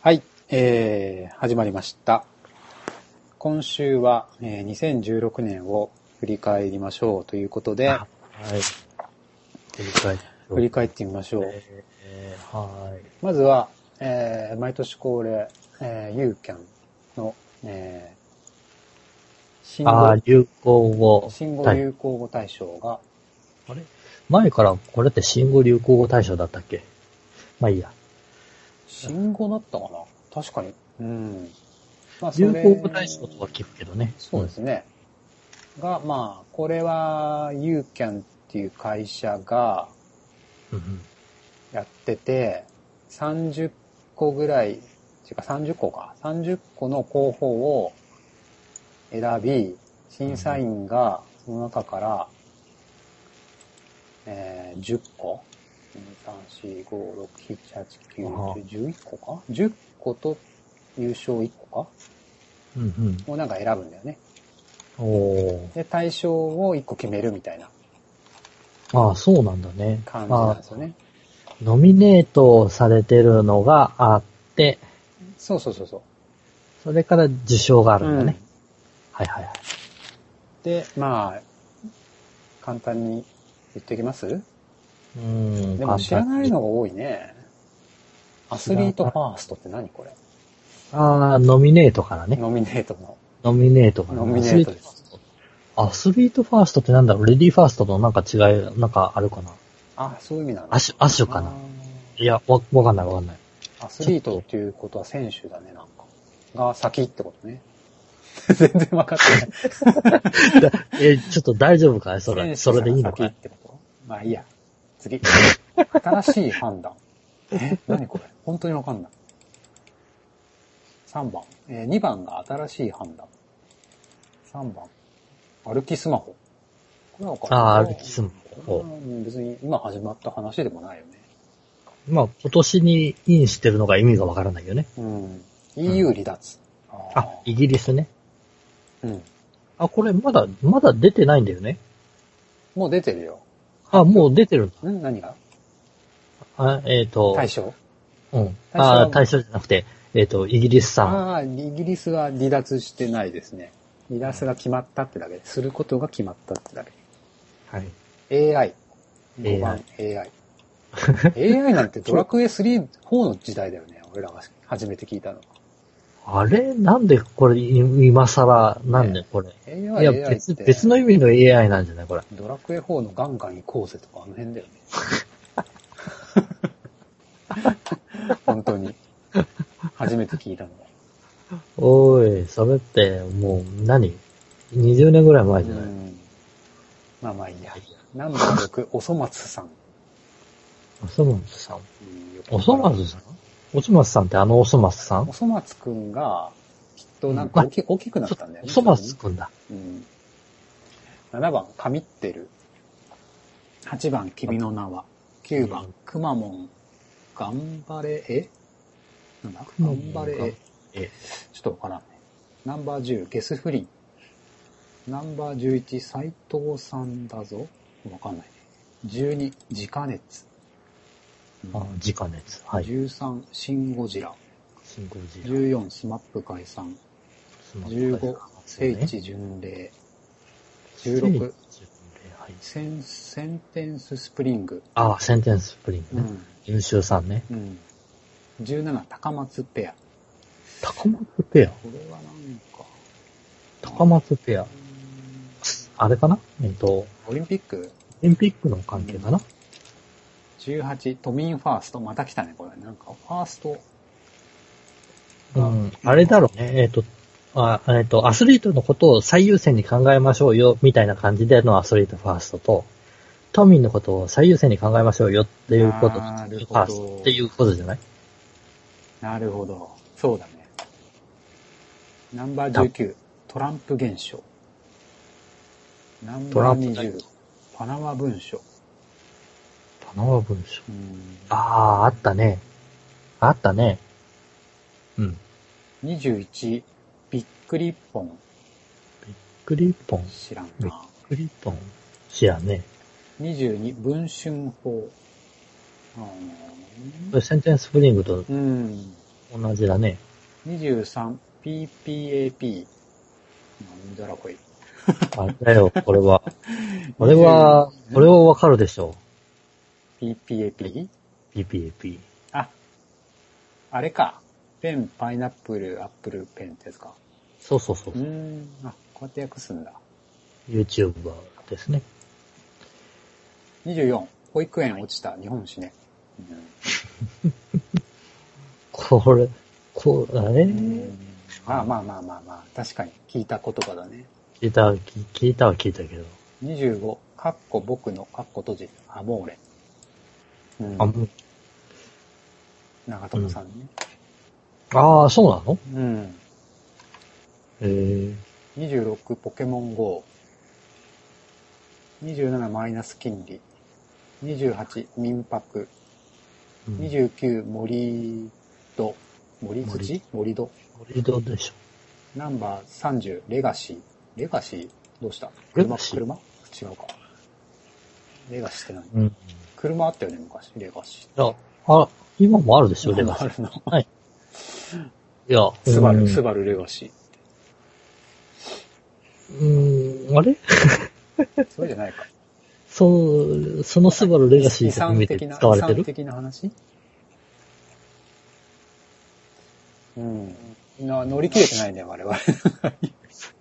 はい、えー、始まりました。今週は、えー2016年を振り返りましょうということで、はい。振り返って。振り返ってみましょう。えー、はまずは、えー毎年恒例、えー、ユーキャンの、えーい。信あ号あー、、流行語。信号大流行語大賞が、あれ前からこれって新語流行語大賞だったっけまあいいや。信号だったかな確かに。うん。まあ流行語大賞とは聞くけどね。そうですね。が、まあ、これは、ユーキャンっていう会社がうん。うんやってて、30個ぐらい、てか30個か、30個の候補を選び、審査員がその中から、えー10個 ?2、3、4、5、6、7、8、9、10、11個か ?10 個と優勝1個かうん。うんをなんか選ぶんだよね。うん。おで、対象を1個決めるみたいなー。ああ、そうなんだね。感じなんですよね。あーノミネートされてるのがあって、そうそうそうそそれから受賞があう。るんだね。うんはいはいはい。で、まあ、簡単に言っておきますうーん。でも知らないののが多いね。アスリートファーストって何これああ、ノミネートからね。ノミネートの。ノミネートかな。ノミネートです。アスリートファーストってなんだろうレディーファーストとなんか違い、なんかあるかなあ、そういう意味なのアシュ、アシュかあな。いや、わ、わかんないわかんない。ーアスリートっていうことは選手だね、なんか。が先ってことね。 全然わかってない。え、ちょっと大丈夫かい それ、それでいいのか先っいてことまあいいや。次。新しい判断。え、何これ本当にわかんない。3番。えー2番が新しい判断。3番。歩きスマホ。これはわかんないああ、歩きスマこホれ。は別に今始まった話でもないよね。まあ、今年にインしてるのが意味がわからないよね。うん。EU 離脱。あ、イギリスね。ーうん。あ、これまだ、まだ出てないんだよね。もう出てるよ。あ、もう出てるんだ。ん何があ、えっ、と、対象うん。対象はあ、対象じゃなくて、えっ、と、イギリス産。ああ、イギリスは離脱してないですね。離脱が決まったってだけですることが決まったってだけ。はい。 AI。5番 AI。AI なんてドラクエ3、4の時代だよね。俺らが初めて聞いたの。あれなんでこれ、い今更、なんでこれ。 AI、いや、 AI っ別、て、別の意味の AI なんじゃないこれ。ドラクエ4のガンガン行こうぜとか、あの辺だよ ね。本当に。初めて聞いたのは。おーい、それって、もう何、?20 年ぐらい前じゃない、うんまあまあいいや。ナンバー6、おそ松さん。おそ松さん。うんおそ松さんおそ松さんってあのおそ松さんおそ松くんが、きっとなんか大き,、大きくなったんだよおね。そ松くんだ。うん。7番、神ってる。8番、君の名は。9う番ん、くまモン。頑張れ、えなんだまモ頑張ンれ、ええ、ちょっとわからんね。ナンバー10、ゲス不倫。ナンバー11、斎藤さんだぞ。わかんないね。12、自家熱。うんあ、時間のやつ。はい。 13、シンゴジラ。シンゴジラ。 14、スマップ解散。スマホと15か、聖地巡礼。ね16聖地巡礼はいセンセンテンススプリング。あ、センテンスプリンうグね。ん。優秀さんね。うん。17、高松ペア。高松ペア。これはなんか、高松ペアう。んあれかなえっと、オオリンピックリンピックの関係かな、 18、都民ファースト。また来たね、これ。なんか、ファースト。うん、あれだろうね、えっ、と、あえっ、と、アスリートのことを最優先に考えましょうよ、みたいな感じでのアスリートファーストと、都民のことを最優先に考えましょうよっていうこと、なるほどファーストっていうことじゃないなるほど。そうだね。ナンバー19、トランプ現象。ナントラバンプー20、パナマ文書。パナマ文書。うんああ、あったね。あったね。うん。 21、びっくりポン。クリポン、知らんびっな。クリポン、知らね22、文春法。え。センテンスプリングとうん。同じだね。 23PPAP。なんだらこい。あ、だよ、こ れは。これは、これはわかるでしょ PPAP? う。PPAP。あ、あれか。ペン、パイナップル、アップルペンですか。そうそうそううー。ん。あ、こうやって訳すんだ。 YouTuber ですね。 24、保育園落ちた日本史ね。うんこれ、こう、あれ聞まあまあまあまあまあ、確かに聞いた言葉だね。いた、聞聞いたは聞いたけど。 25、かっこ僕のかっこ閉じ、アモーレ。うんあ、、もう長友さんね。あー、そうなのうん。えー、 26、ポケモン GO。27、マイナス金利。28、民泊。うん29、森戸。森土森戸。森戸でしょ。ナンバー30、レガシー。レガシーどうしたレ車ガシー車違うか。レガシーって何うん。車あったよね、昔。レガシいや、あ、今もあるでしー。ょ、レ今ガもシあるー。の。いや、スバル、スうバルレガシん、うんあれー。それじゃないか。そう、そのスバルレガシーを見て使われて遺産る的な話うん。な、乗り切れてないね、我 々。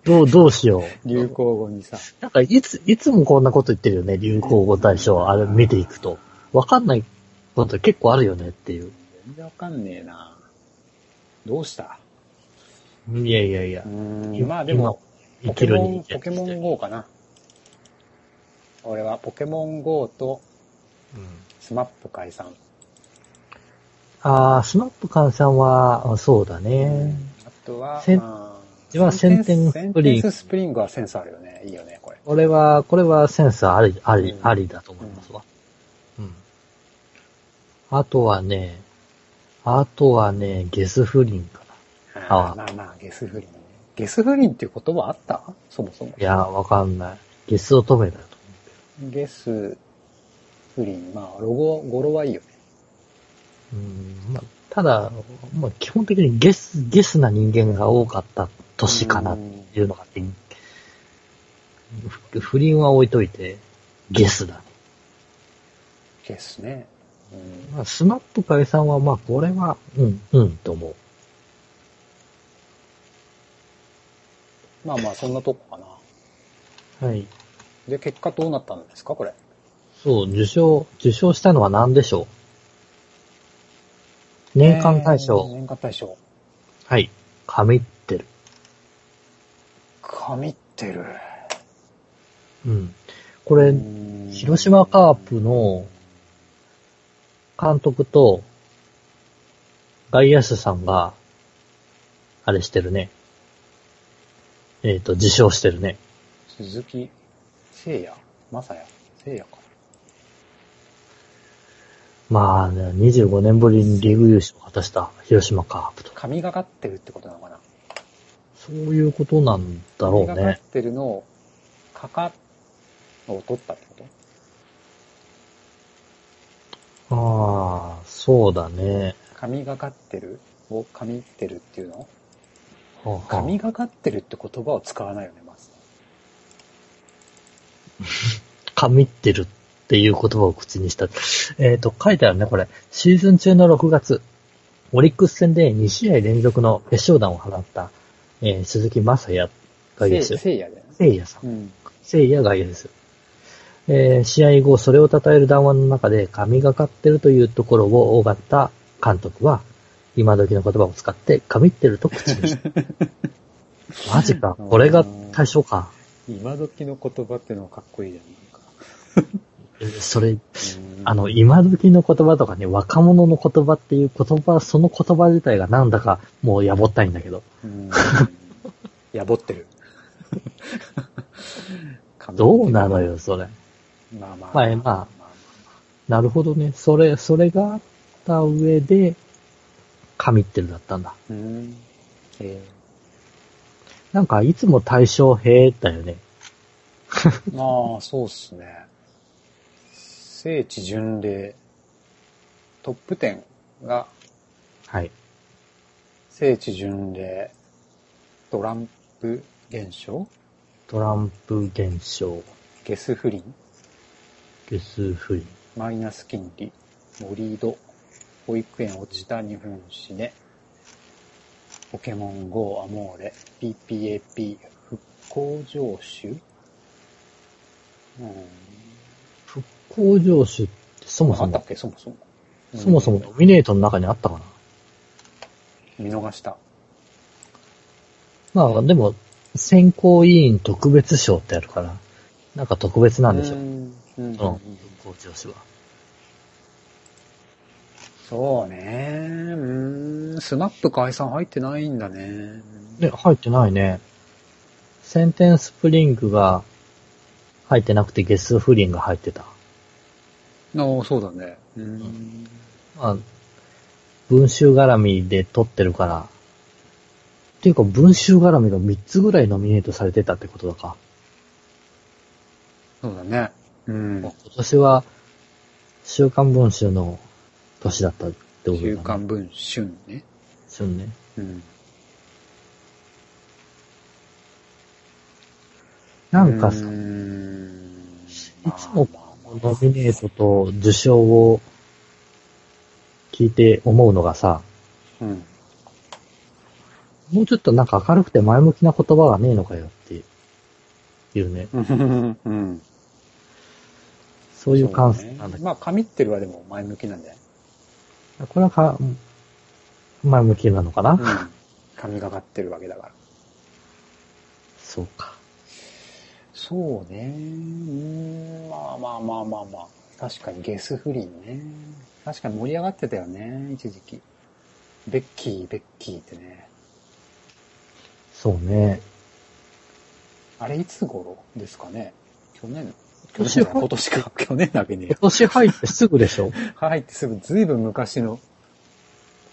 どう、どうしよう。流行語にさ。なんか、いつ、いつもこんなこと言ってるよね、流行語大賞、あれ見ていくと。わかんないこと結構あるよねっていう。全然わかんねえなどうしたいやいやいやう。ん。まあでも、今、ポ生きケるモン、に。ポケモン GO かな。俺はポケモン GO とうんスマップ解散。ああ、スナップ換算は、あそうだね。あとは、せんあーではセンテセンテセンンススプリテンンスグスプリングはセンスあるよね。いいよね、これ。これは、これはセンスあり、ありう、んありだと思いますわ。うん。あとはね、あとはね、ゲス不倫かな。ああーまあまあ、ゲス不倫ね。ゲス不倫っていう言葉あったそもそも。いや、わかんない。ゲスを止めたと思ゲス不倫。まあ、ロゴ、語呂はいいよね。う。うん、まあ、ただ、まあ、基本的にゲス、ゲスな人間が多かった年かなっていうのがあって、ふ不倫は置いといて、ゲスだね。ゲスね。うんまあ、スナップ解散は、まあ、これは、うん、うん、と思う。まあまあ、そんなとこかな。はい。で、結果どうなったんですか、これ。そう、受賞、受賞したのは何でしょう年間大賞。えー年間大賞。はい。神ってる。神ってる。うん。これ、うん広島カープの監督と外野手さんが、あれしてるね。えっ、と、受賞してるね。鈴木聖也正也聖也か。まあ、ね、25年ぶりにリーグ優勝を果たした広島カープと。神がかってるってことなのかな。そういうことなんだろう神がねか。ってるのを、かかを取ったってことああ、そうだね。神がかってるを神ってるっていうのはあはあ神がかってるって言葉を使わないよね、まず。神ってるっていう言葉を口にした。えっ、と、書いてあるね、これ。シーズン中の6月、オリックス戦で2試合連続の決勝弾を放った、えー鈴木正也外野せい手。聖也だよね。聖也さんう。ん。聖也外野です。えー試合後、それを称える談話の中で、神がかってるというところを大った監督は、今時の言葉を使って、神ってると口にした。マジか。これが対象か。今時の言葉ってのはかっこいいじゃん、なんか。えーそれ、うんあの、今時の言葉とかね、若者の言葉っていう言葉、その言葉自体がなんだかもうやぼったいんだけど。うん。やぼってる。神ってる どうなのよ、それ。まあまあ。まあまあなるほどね。それ、それがあった上で、神ってるだったんだ。うん。えなんか、いつも対象兵だよね。ー、まあ、そうっすね。聖地巡礼、トップ10がはい。聖地巡礼、トランプ現象トランプ現象、ゲス不倫ゲス不倫、マイナス金利、森井戸、保育園落ちた二分子で、ポケモン GO アモーレ、PPAP、復興上手うん。復興上手ってそもあそったっも、けそもそも。そもそもドミネートの中にあったかな。うん。見逃した。まあでも、選考委員特別賞ってあるから、なんか特別なんでしょう。うんうんうん。復興上手は。そうね。うーん。スマップ解散入ってないんだね。ね、入ってないね。センテンスプリングが入ってなくてゲスフリンが入ってた。ああ、そうだね。うん。まあ、文集絡みで撮ってるから。っていうか、文集絡みが3つぐらいノミネートされてたってことだか。そうだね。うん今。年は、週刊文集の年だったってことだ、ね。週。刊文春ね。春ね。うん。なんかさうー、んいつもまあまあまあノミネートと受賞を聞いて思うのがさ、うん。もうちょっとなんか明るくて前向きな言葉がねえのかよっていうね。うん。そういう感そう想ねなんだけど、まあ、神ってるはでも前向きなんだよ。これはか前向きなのかな、うん。神がかってるわけだから。そうか。そうね。うーん。まあまあまあまあまあ。確かにゲス不倫ね。確かに盛り上がってたよね、一時期。ベッキー、ベッキーってね。そうね。あれいつ頃ですかね去年今年は今年か。 去年だけね今。年入ってすぐでしょ 入ってすぐずいぶん昔の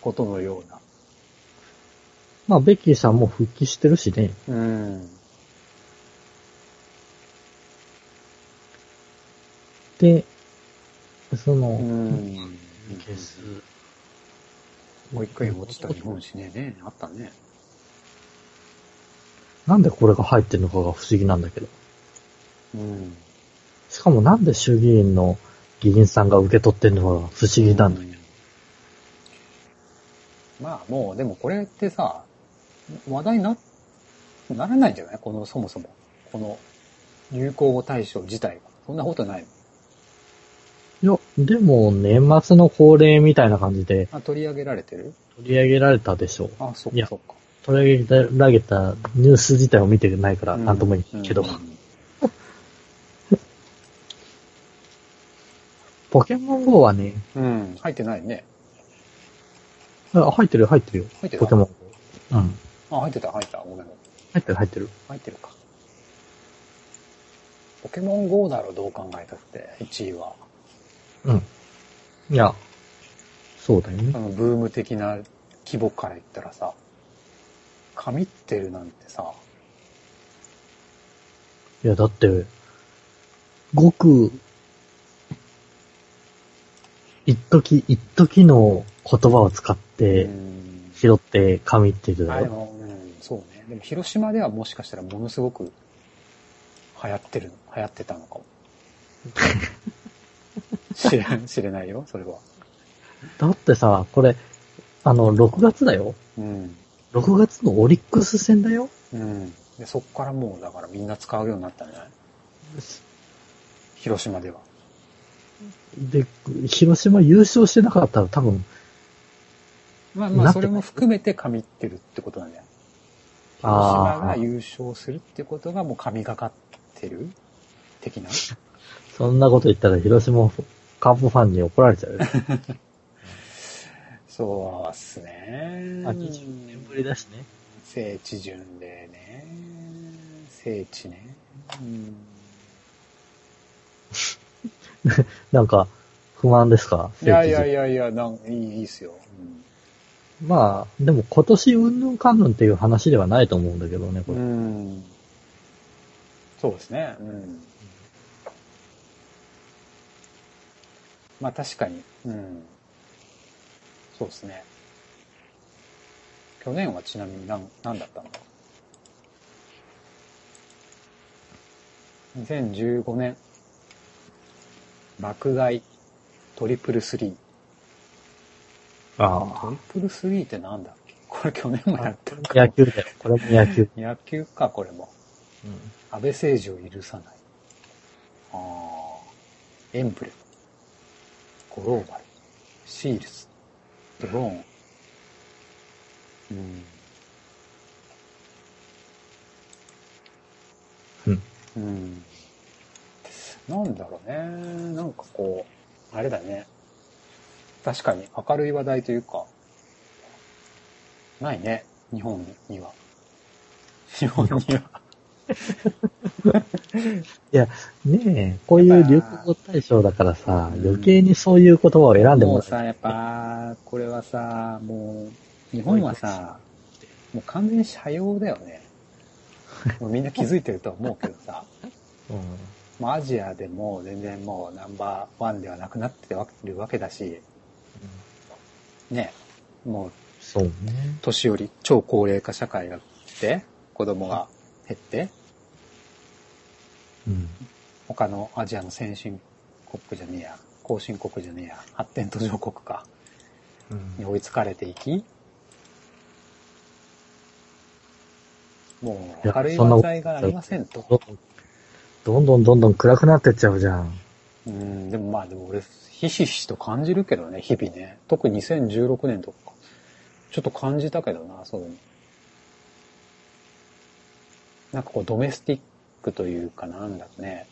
ことのような。まあ、ベッキーさんも復帰してるしね。うん。で、その、うん。ケース。もう一回落ちた日本史ね、ね、あったね。なんでこれが入ってるのかが不思議なんだけど。うん。しかもなんで衆議院の議員さんが受け取ってんのかが不思議なんだけど。まあもう、でもこれってさ、話題にな、ならないんじゃないこの、そもそも。この、流行語大賞自体が。そんなことないの。いや、でも年末の恒例みたいな感じであ、取り上げられてる取り上げられたでしょう。あ、そっいやか、そっか。取り上げられたニュース自体を見てないからなんとも言えないけど、うんうんポケモン GO はね、うん、入ってないね。あ入ってるよ入ってるよ。入ってたポケモン GO。うん。あ、入ってた、入った。ごめん。入ってる入ってる。入ってるか。ポケモン GO だろ、どう考えたって。1位は。うん。いや、そうだよあね。の、ブーム的な規模から言ったらさ、神ってるなんてさ、いや、だって、ごく、一時、一時の言葉を使ってうん拾って紙ってるだあでよ。も、うん、そうね。でも広島ではもしかしたらものすごく流行ってる、流行ってたのかも。知れ、知れないよ、それは。だってさ、これ、あの、6月だよ。うん。 6月のオリックス戦だよ。うん。で、そっからもう、だからみんな使うようになったんじゃない広島では。で、広島優勝してなかったら多分、まあなまっあ、てそれも含めて神ってるってことなんだよ。広島あがあ、優勝するってことがもう神がかってる的な。そんなこと言ったら広島カープファンに怒られちゃう よ。そうっすね。あ20年ぶりだしね。聖地巡礼ね。聖地ね。うん。なんか、不満ですかいやいやいや。やいや、なんいいいいっすよ。うんまあ、でも今年うんぬんかんぬんっていう話ではないと思うんだけどね、こうれ。ん。そうですね。うん。まあ確かに。うん。そうですね。去去年はちなみに何何だったの ?2015 年、爆買い、トリプルスリー。あトリプルスリーってなんだっけこれ去年もやったあ。野球だよ。これも野球。野球か、これも。安倍政治を許さない。あーエンブレム。グローバル。シールズ。ドローン。うん。うん。うん。なんだろうね。なんかこう、あれだね。確かに明るい話題というか、ないね。日本には。日本には。ねえ、こういう流行語大賞だからさ、余計にそういう言葉を選んでももうらえさ、やっぱ、これはさ、もう、日本はさ、もう完全に社用だよね。もうみんな気づいてると思うけどさ、うんもうアジアでも全然もうナンバーワンではなくなってるわけだし、ね、もうそうね。年寄り、超高齢化社会が来て、子供が減って、うん。他のアジアの先進国じゃねえや、後進国じゃねえや、発展途上国か、に追いつかれていき、もう明るい話題がありませんと。どんどんどんどん暗くなってっちゃうじゃん。うん、でもまあでも俺、ひしひしと感じるけどね、日々ね。特に2016年とか、ちょっと感じたけどな、そういうの。なんかこう、ドメスティックというかなんだろうね。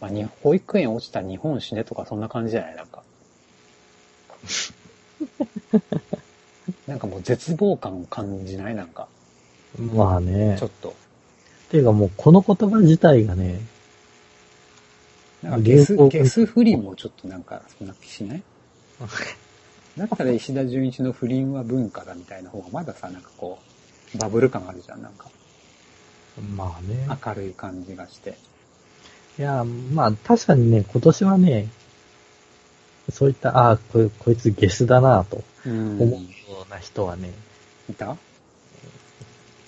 まあ、に保育園落ちた日本死ねとかそんな感じじゃないなんか。なんかもう絶望感を感じないなんか。まあねちょ。っと。っていうかもうこの言葉自体がね、なんかゲス流行、ゲス不倫もちょっとなんか、そんな気し ないだったら石田純一の不倫は文化だみたいな方がまださ、なんかこう、バブル感あるじゃん、なんか。まあね。明るい感じがして。いや、まあ確かにね、今年はね、そういった、ああ、こいこいつゲスだなぁとうん思うような人はね、いたあ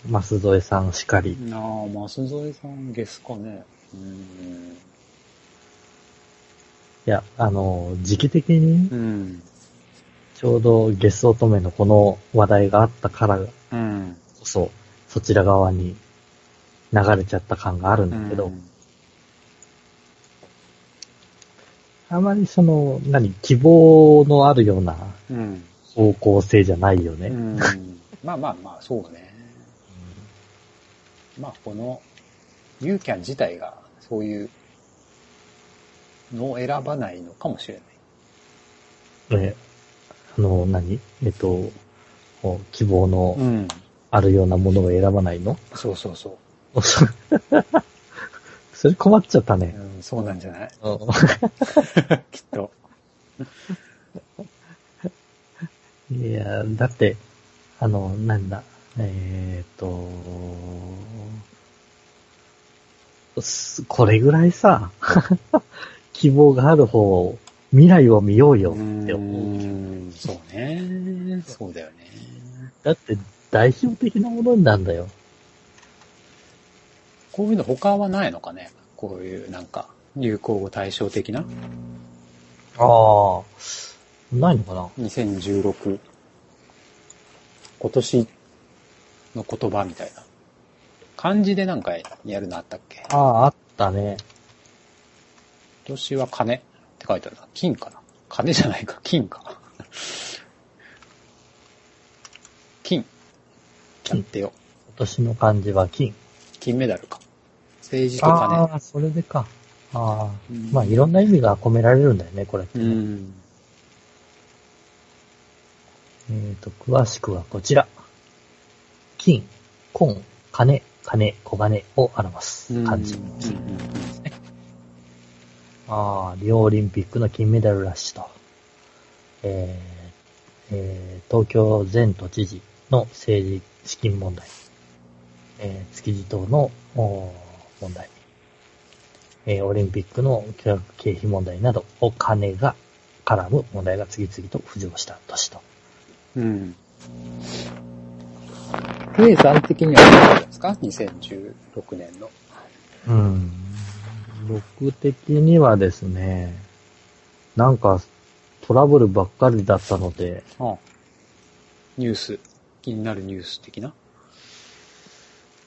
舛添さんしかり、あ、舛添さんゲスかね。うん。いや、あの、時期的にう、ん。ちょうどゲス乙女のこの話題があったからこうん。そ、そちら側に流れちゃった感があるんだけど、うんあまりその、何、希望のあるようなうん。方向性じゃないよね。うん。まあまあまあ、そうね。まあ、この、ユーキャン自体が、そういうのを選ばないのかもしれない。え、あの、何えっと、こう希望のん。あるようなものを選ばないの、 そうそうそそれ困っちゃったう。ね。うん、そうなんじゃないきっと。いや、だって、あの、なんだ、えーっと、すこれぐらいさ、 希望がある方、未来を見ようよって思う。ん、そうね。そうだよね。だって、代表的なものなんだよ。こういうの他はないのかねこういう、なんか、流行語対象的なああ、ないのかな ?2016。今年の言葉みたいな。漢字でなんかやるのあったっけああ、あったね。今年は金って書いてあるな。金かな金じゃないか、金か。 金。やってよ。今年の漢字は金。金メダルか。政治と金。ああ、それでか。ああ、うんまあいろんな意味が込められるんだよね、これってうね。ん。えーと、詳しくはこちら。金、金、金、金、小金を表す漢字。うんうんああ、リオオリンピックの金メダルラッシュと。えーえー東京前都知事の政治資金問題。えー築地等のおー問題。えーオリンピックの企画経費問題など、お金が絡む問題が次々と浮上した年と。うん。うん。計算的にはどうなんですか ?2016 年の。うん。僕的にはですね、なんかトラブルばっかりだったので、ああニュース、気になるニュース的な。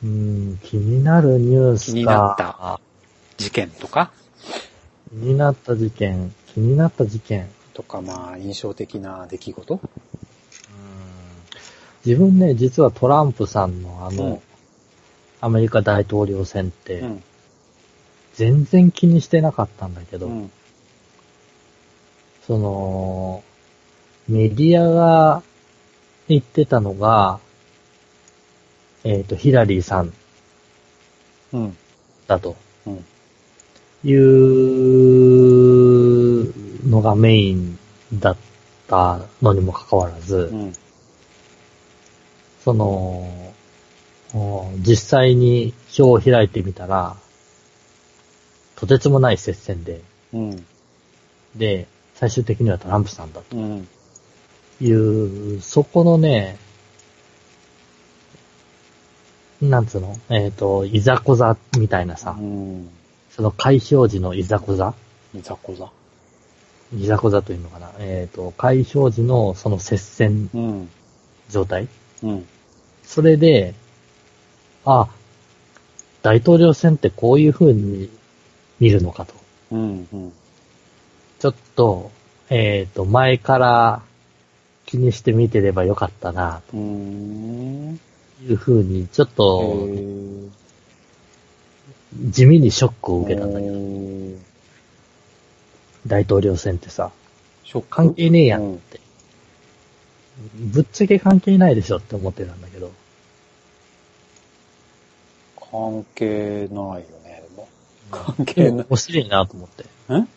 うん、気になるニュースか。気になった事件とか、気になった事件、気になった事件。とかまあ印象的な出来事自分ね、実はトランプさんのあの、うんアメリカ大統領選っうて、ん。全然気にしてなかったんだけど、うん。その、メディアが言ってたのが、えっ、と、ヒラリーさんうん。だとうん。いうのがメインだったのにもかかわらず、うん。その、うん実際に票を開いてみたら、とてつもない接戦で、うん。で、最終的にはトランプさんだうん。という、そこのね、なんつうのえっ、と、いざこざみたいなさう、ん。その開票時のいざこざいざこざ。いざこざというのかなえっ、と、開票時のその接戦うん。状態うん。それで、あ、大統領選ってこういう風に見るのかと。うん。うん。ちょっと、えっ、と、前から気にして見てればよかったな、うーん。という風に、ちょっへとー地味にショックを受けたんだけど、うん大統領選ってさ、ショック関係ねえやんうっんて。ぶっちゃけ関係ないでしょって思ってたんだ けど、関係ないよね、でも。関係ない。面白いなと思って。ん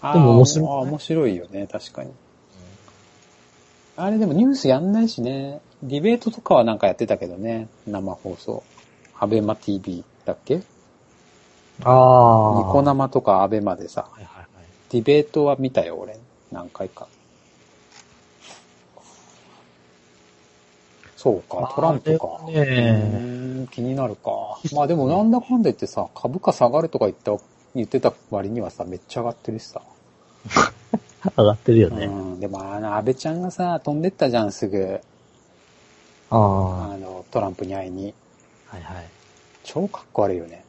あーでも面白いあー面白いよね、確かに。あれでもニュースやんないしね。ディベートとかはなんかやってたけどね。生放送。アベマ TV だっけニああ。コ生とかアベマでさ、はいはいはい。ディベートは見たよ、俺。何回か。そうか、トランプか。あれはねうーん気になるか。まあでもなんだかんだ言ってさ、株価下がるとか言った、言ってた割にはさ、めっちゃ上がってるしさ。上がってるよね。うん、でもあの、安倍ちゃんがさ、飛んでったじゃん、すぐ。ああ。はあの、トランプに会いに。いはい。超かっこ悪いよね。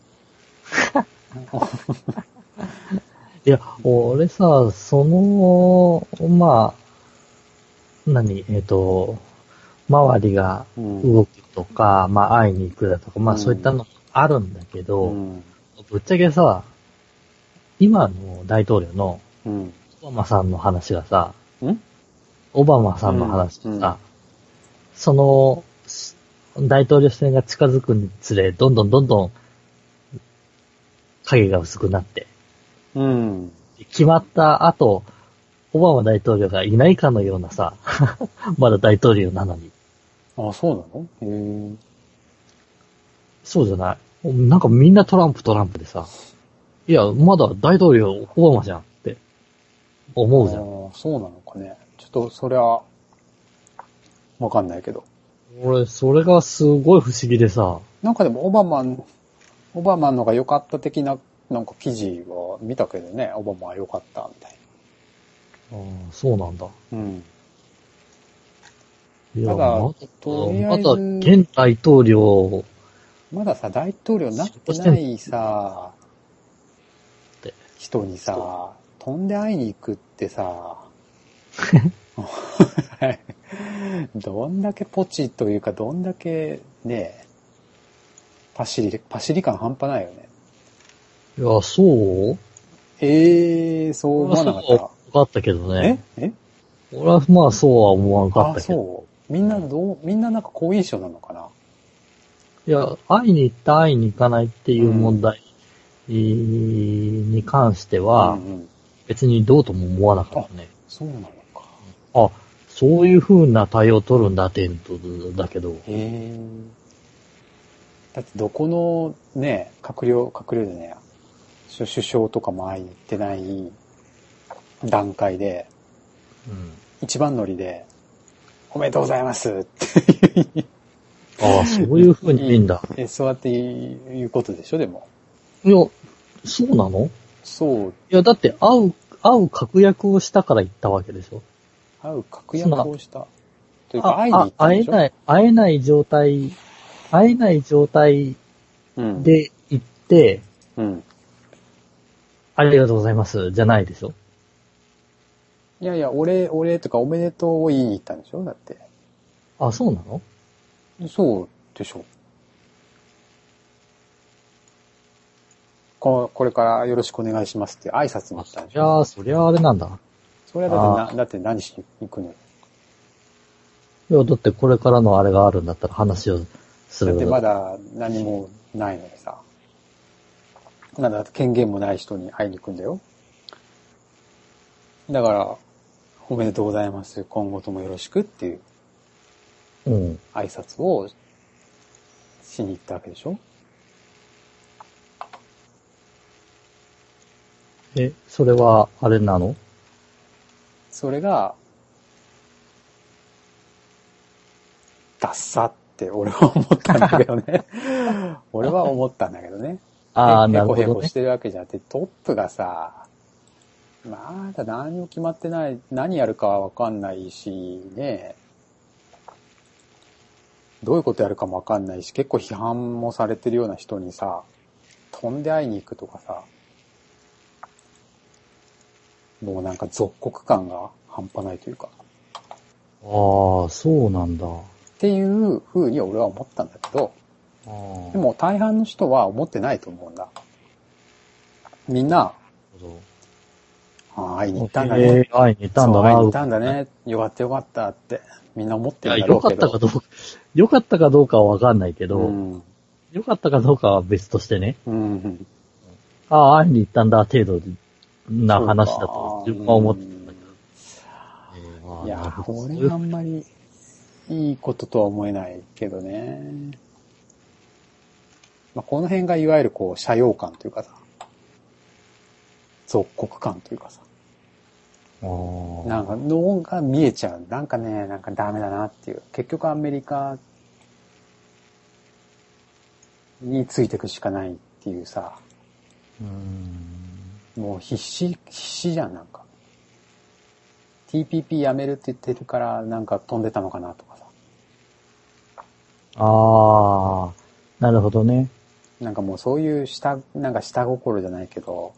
いや、俺さ、その、まあ、何、えっ、と、周りがうん。動くとか、まあ会いに行くだとか、まうあんそういったのあるんだけど、うん。ぶっちゃけさ、今の大統領のうん。オバマさんの話がさ、うんオバマさんの話がさ、うんうんその、す大統領選が近づくにつれ、どんどんどんどん影が薄くなって、うん。決まった後、オバマ大統領がいないかのようなさ、 まだ大統領なのに。あ、そうなのへえ。そうじゃないなんかみんなトランプトランプでさ、いや、まだ大統領オバマじゃんって思うじゃん。あーそうなのかね。ちょっと、そりゃ、わかんないけど。俺、それがすごい不思議でさ、なんかでも、オバマン、オバマンのが良かった的な、なんか記事は見たけどね、オバマは良かった、みたいああそうなんだ。な。うん。いや、ただまだとりあえまずだ現大統領、まださ、大統領になってないさて、人にさ、飛んで会いに行くって さ、どんだけポチというか、どんだけね、パシリ、パシリ感半端ないよね。いや、そうええー、そう思わなか俺はそうっは分かったけどた。ね。ええ俺はまあそうは思わんかっあ、たけど。そう。みんなどう、みんななんか好印象なのかないや、会いに行った、会いに行かないっていう問題に関しては、うんうん、別にどうとも思わなかったね。そうなのか。あ、そういう風な対応を取るんだ、テントだけど。へえ。だってどこのね、閣僚、閣僚でね、首首相とかも会いに行ってない段階で、一番乗りで、おめでとうございますってああ、そういう風にいいんだ。え、そうやっていうことでしょ、でも。いや、そうなのそう、いや、だって、会う、会う確約をしたから行ったわけでしょ。会う確約をした。というか、会いに行あっ、たん会えでしょない、会えない状態、会えない状態うん。、で行って、うん。ありがとうございます、じゃないでしょ。いやいや、俺、俺とかおめでとうを言いに行ったんでしょだって。あ、そうなのそうでしょここれからよろしくお願いしますって挨拶に行ったんでしいょやそりゃあれなんだ。それはだってな、だって何しに行くのいや、だってこれからのあれがあるんだったら話をすだる。ってまだ何もないのにさ。まだ権限もない人に会いに行くんだよ。だから、おめでとうございます。今後ともよろしくっていううん。挨拶をしに行ったわけでしょえ、それは、あれなのそれが、ダッサって俺は思ったんだけどね。俺は思ったんだけどね。ああ、へなるほへこどへこねし。てるわけじゃなくて、トップがさ、まだ何も決まってない、何やるかはわかんないし、ね。どういうことやるかもわかんないし、結構批判もされてるような人にさ、飛んで会いに行くとかさ、もうなんか属国感が半端ないというか、ああ、そうなんだ。あっていう風に俺は思ったんだけど、あで、も大半の人は思ってないと思うんだ。みんな、ああ、会いに行ったんだね。えー会いに行ったんだそう会いな。に行ったんだね。よかったよかったって、みんな思っているや、んだろ良うかけったど。かどうか、良かったかどうかはわかんないけど、うん。良かったかどうかは別としてね、うん。ああ、会いに行ったんだ程度な話だと自分は思ってたんだけど。えーいやなるー、ほど俺はあんまりいいこととは思えないけどね。まあ、この辺がいわゆるこう、社用感というかさ、属国感というかさ、あなんか脳が見えちゃう。なんかね、なんかダメだなっていう。結局アメリカについていくしかないっていうさ、ーうんもう必死、必死じゃん、なんか。TPP やめるって言ってるから、なんか飛んでたのかなとかさ。あー、なるほどね。なんかもうそういう下、なんか下心じゃないけど、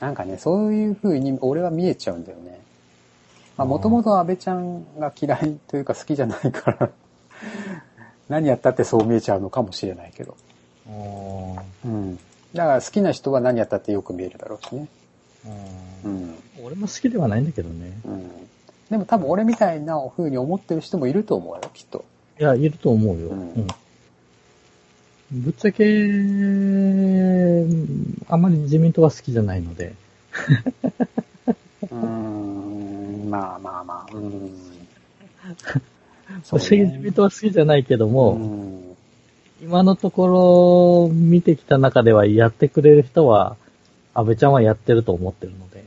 なんかね、そういう風に俺は見えちゃうんだよね。まああーもともと安倍ちゃんが嫌いというか好きじゃないから、 何やったってそう見えちゃうのかもしれないけど。あーうん。だから好きな人は何やったってよく見えるだろうしね。あうーん。俺も好きではないんだけどね。うんでも多分俺みたいな風に思ってる人もいると思うよ、きっと。いや、いると思うよ。ううんん。ぶっちゃけ、あまり自民党は好きじゃないので。うーん、まあまあまあ、 うーん。ぶっちゃけ 自民党は好きじゃないけども、うん今のところ見てきた中ではやってくれる人は、安倍ちゃんはやってると思ってるので。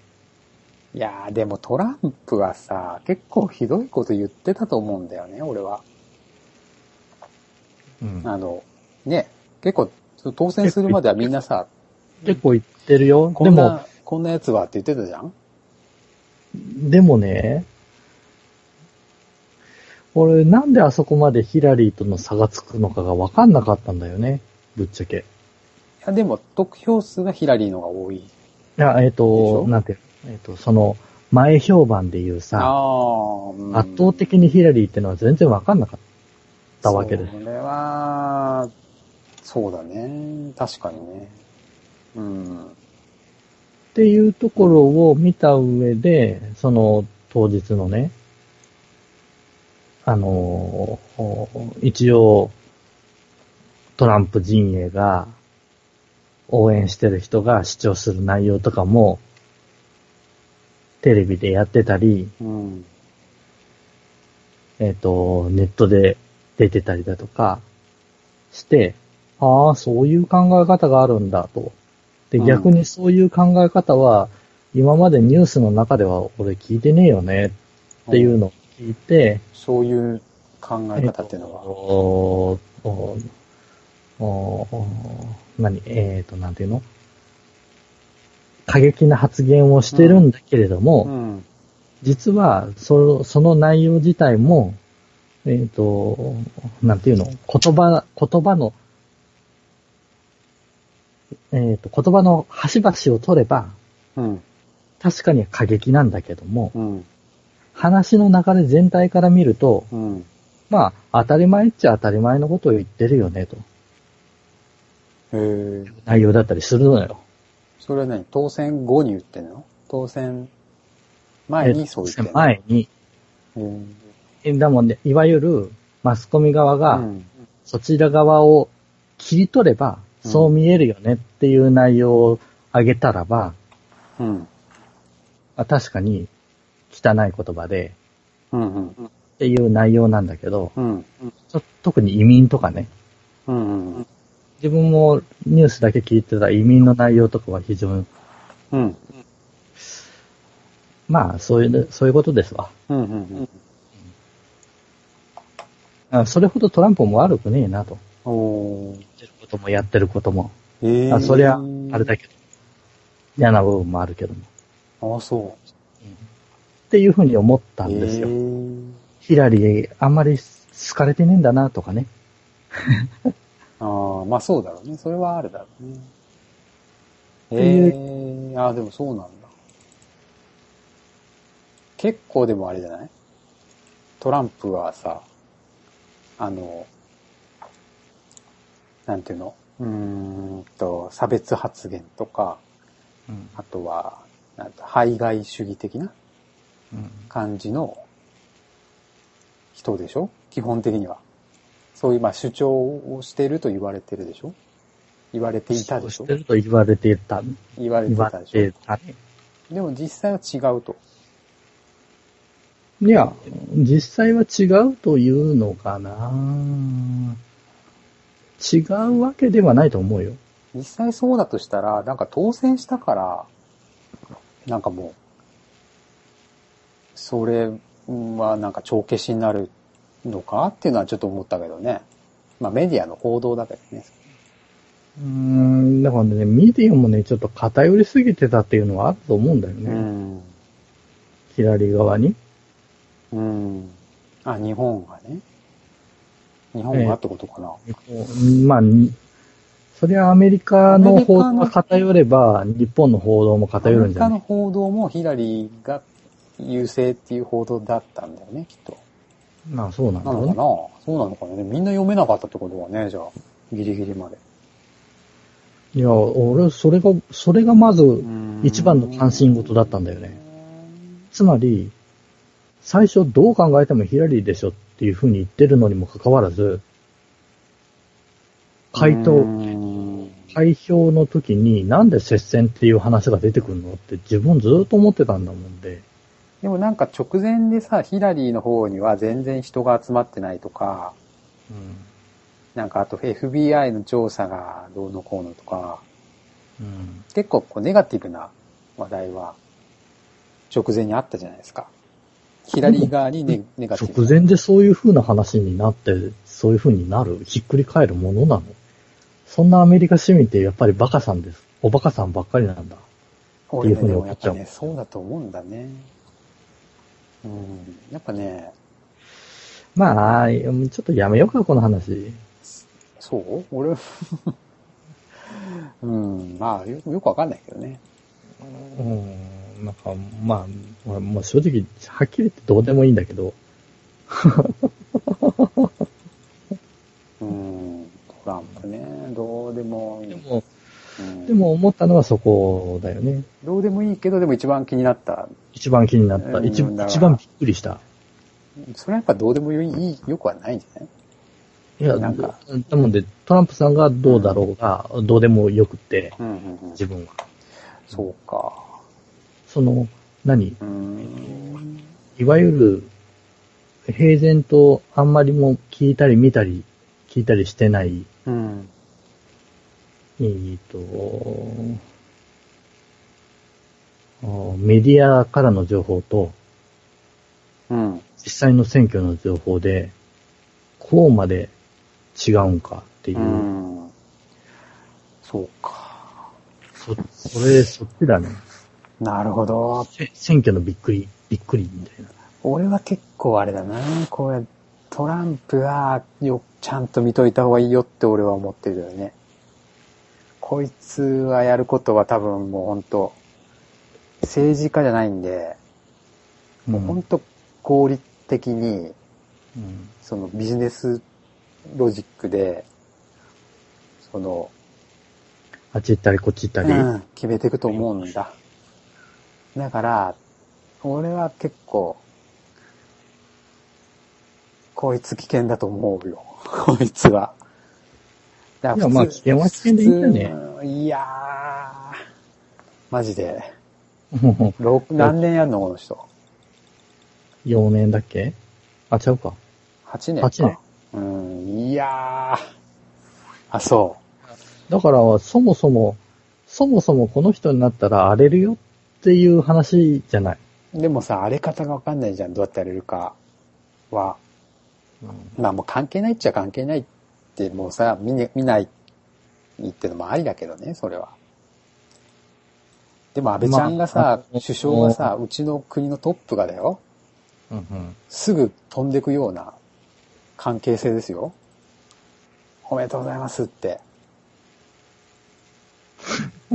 いやー、でもトランプはさ、結構ひどいこと言ってたと思うんだよね、俺は。うんあの、ね、結構、当選するまではみんなさ、結構言ってるよ。こでんも、な、こんなやつはって言ってたじゃんでもね、俺なんであそこまでヒラリーとの差がつくのかがわかんなかったんだよね。ぶっちゃけ。いや、でも、得票数がヒラリーのが多い。いや、えっ、でしょと、なんていうの、えっ、と、その、前評判で言うさ、あー、うん圧倒的にヒラリーってのは全然わかんなかったわけですそ。れは、そうだね。確かにね。うん。っていうところを見た上で、その当日のね、あのー、一応、トランプ陣営が応援してる人が主張する内容とかも、テレビでやってたり、うん。えっ、と、ネットで出てたりだとかして、ああ、そういう考え方があるんだと。で、うん逆にそういう考え方は、今までニュースの中では俺聞いてねえよねっていうのを聞いて、そういう考考え方っていうのは。おーおーおーおー何えっ、と、なんていうの過激な発言をしてるんだけれども、うん。実はそ、その内容自体も、えっ、と、なんていうの言葉、言葉の、えっ、と、言葉の端々を取れば、うん。確かに過激なんだけども、うん。話の流れ全体から見ると、うん。まあ、当たり前っちゃ当たり前のことを言ってるよね、と。へえ。内容だったりするのよ。それは何当選後に言ってんの当選前にそう言ってんの前に。へええだもんね、いわゆる、マスコミ側が、うん。そちら側を切り取れうば、んそう見えるよねっていう内容をあげたらば、うん。あ確かに汚い言葉でうん。うん。っていう内容なんだけど、うん。ちょ特に移民とかね、うん。うん。自分もニュースだけ聞いてた移民の内容とかは非常に、うん。まあそういう、そういうことですわ。うん。うん。あそれほどトランプも悪くねえなと。おー。言ってることもやってることも。えー、あそりゃ、あれだけど。嫌な部分もあるけども。あ、そっていうふうに思ったう。んですよ。えー、ヒラリー、あんまり好かれてねえんだなとかね。ああ、まあそうだろうね。それはあるだろうね。えていうー、ああ、でもそうなんだ。結構でもあれじゃないトランプはさ、あの、なんていうのうーんと、差別発言とか、あとは、なんと排外主義的な感じの人でしょ基本的には。そういう、まあ、主張をしてると言われてるでしょ言われていたでしそうょしてると言われていた。言われて言わたれでしていょたね。でも実際は違うと。いや、実際は違うというのかな違うわけではないと思うよ。実際そうだとしたら、なんか当選したから、なんかもう、それはなんか帳消しになるのかっていうのはちょっと思ったけどね。まあメディアの報道だけどね。うーん、だからね、ミディアもね、ちょっと偏りすぎてたっていうのはあると思うんだよね。うん。ヒラリー側に。うん。あ、日本がね。日本がってことかな。まあ、にそりゃアメリカの報道が偏れば、日本の報道も偏アるメんリじゃカなのい報道もヒラリーが優勢っていう報道だったんだよね、きっと。まあそうなんだなのろかうなね。そうなのかなみんな読めなかったってことはね、じゃあ、ギリギリまで。いや、俺、それが、それがまず一番の関心事だったんだよね。つまり、最初どう考えてもヒラリーでしょっていうふうに言ってるのにもかかわらず、回う答、ん開票の時になんで接戦っていう話が出てくるのって自分ずっと思ってたんだもんで。でもなんか直前でさ、ヒラリーの方には全然人が集まってないとか、なんかあと FBI の調査がどうのこうのとか、うん。うん。結構こうネガティブな話題は直前にあったじゃないですか。左側にネネガティブ直前でそういう風な話になって、そういう風になる、ひっくり返るものなのそんなアメリカ市民ってやっぱりバカさんです。おバカさんばっかりなんだ。俺ねっていうでふうにも思やっっちゃぱうね、そうだと思うんだね。うん。やっぱね、まあ、ちょっとやめようか、この話。そう俺、 うん、まあよ、よくわかんないけどね。うん、なんか、まあ、俺もう正直、はっきり言ってどうでもいいんだけど、うん、トランプね、どうでもいでい。も、うんで、も思ったのはそこだよね。どうでもいいけど、でも一番気になった。一番気になった。うん一だから一番びっくりした。それはやっぱどうでもいい、よくはないんじゃないいや、なんかなので、トランプさんがどうだろうが、どうでもよくって、うんうんうん。自分は。そうか。その、何うん。いわゆる、平然とあんまりも聞いたり見たり、聞いたりしてない、うん。えーと、あーメディアからの情報と、うん。実際の選挙の情報で、こうまで違うんかっていうう。ん。そうか。そ、それ、そっちだね。なるほど。せ選挙のびっくり、びっくりみたいな。俺は結構あれだな。これ、トランプはよ、ちゃんと見といた方がいいよって俺は思ってるよね。こいつはやることは多分もう本当政治家じゃないんで、も本当合理的に、うん。そのビジネスロジックで、その、あっち行ったり、こっち行ったり。うん、決めていくと思うんだ。だから、俺は結構、こいつ危険だと思うよ。 こいつは。だいや、まあ、危険は危険でいいんだよね。ね。いやー、マジで。もろ何年やんのこの人。う4年だっけあ、ちゃうか。 8年か。 8年。うん、いやー。あ、そだから、そもそも、そもそもこの人になったら荒れるよっていう話じゃない。う。でもさ、荒れ方がわかんないじゃん。どうやってやれるかは。まあもう関係ないっちゃ関係ないって、もうさ、見,、ね、見ないってのもありだけどね、それは。でも安倍ちゃんがさ、まあ首相がさ、うちの国のトップがだよ、うんうん。すぐ飛んでくような関係性ですよ。おめでとうございます って。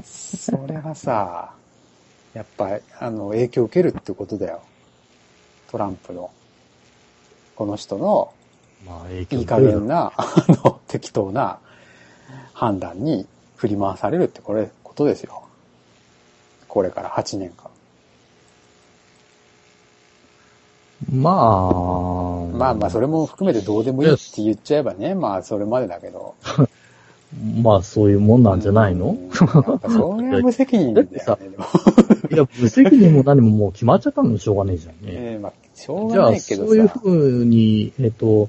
それはさ、やっぱ、あの、影響を受けるってことだよ。トランプの。この人のまあ、影響いい受加けるだろ減な、 あの、適当な判断に振り回されるってこれ、ことですよ。これから8年間。まあ、まあまあ、それも含めてどうでもいいって言っちゃえばね、まあ、それまでだけど。まあ、そういうもんなんじゃないの、うんやっぱそれは無責任だよね。だっ でもいや、無責任も何ももう決まっちゃったのもしょうがねえじゃんね。ええまあ、しょうじゃがなあ、いそけどういうさ。ふうに、えっと、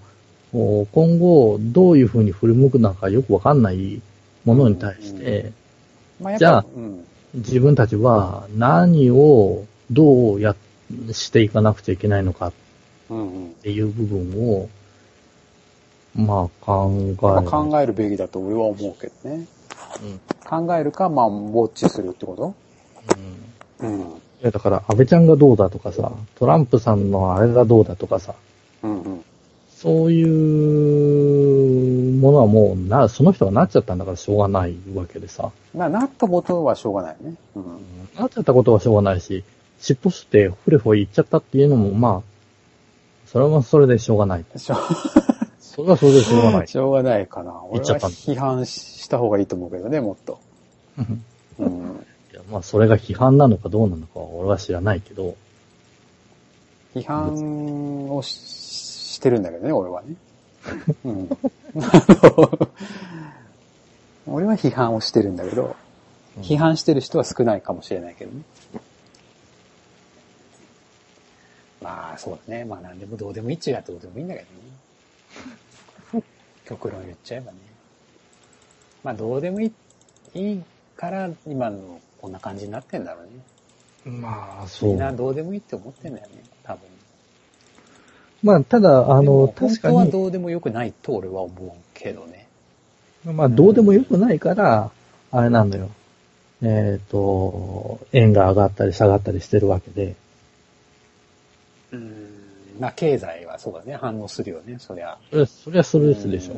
お今後、どういうふうに振り向くのかよくわかんないものに対して、まあ、やっじゃぱあ、うん。自分たちは何をどうやしていかなくちゃいけないのかっうんうん。ていう部分を、まあ、考え、まあ、考えるべきだと俺は思うけどね。うんうん考えるか、まあ、ウォッチするってことうん。いやだから、安倍ちゃんがどうだとかさ、トランプさんのあれがどうだとかさ、うんうん。そういうものはもうな、その人がなっちゃったんだからしょうがないわけでさ。な、なったことはしょうがないね。うん。なっちゃったことはしょうがないし、尻尾してフレフレ言っちゃったっていうのもまあ、それもそれでしょうがない。しょそれはそれでしょうがな い。しょうがないかな。俺言っちゃはった批判した方がいいと思うけどね、もっと。うん。いやまあ、それが批判なのかどうなのかは俺は知らないけど、批判をししてるんだけどね、俺はね。 うん。俺は批判をしてるんだけど、うん批判してる人は少ないかもしれないけどね。まあ、そうだね。まあ、なんでもどうでもいいっちゃどうでもいいんだけどね。極論言っちゃえばね。まあ、どうでもいい、いいから、今のこんな感じになってんだろうね。まあ、そみんう。などうでもいいって思ってんだよね、多分。まあ、ただ、あでもの、確か本当はどに、うでもよくないと俺は思うけどね。まあ、どうでもよくないから、あれなんだよ。えっ、と、円が上がったり下がったりしてるわけで、うん。まあ経済はそうだね、反応するよね、そりゃ。それは、それはそそれですでしょ。う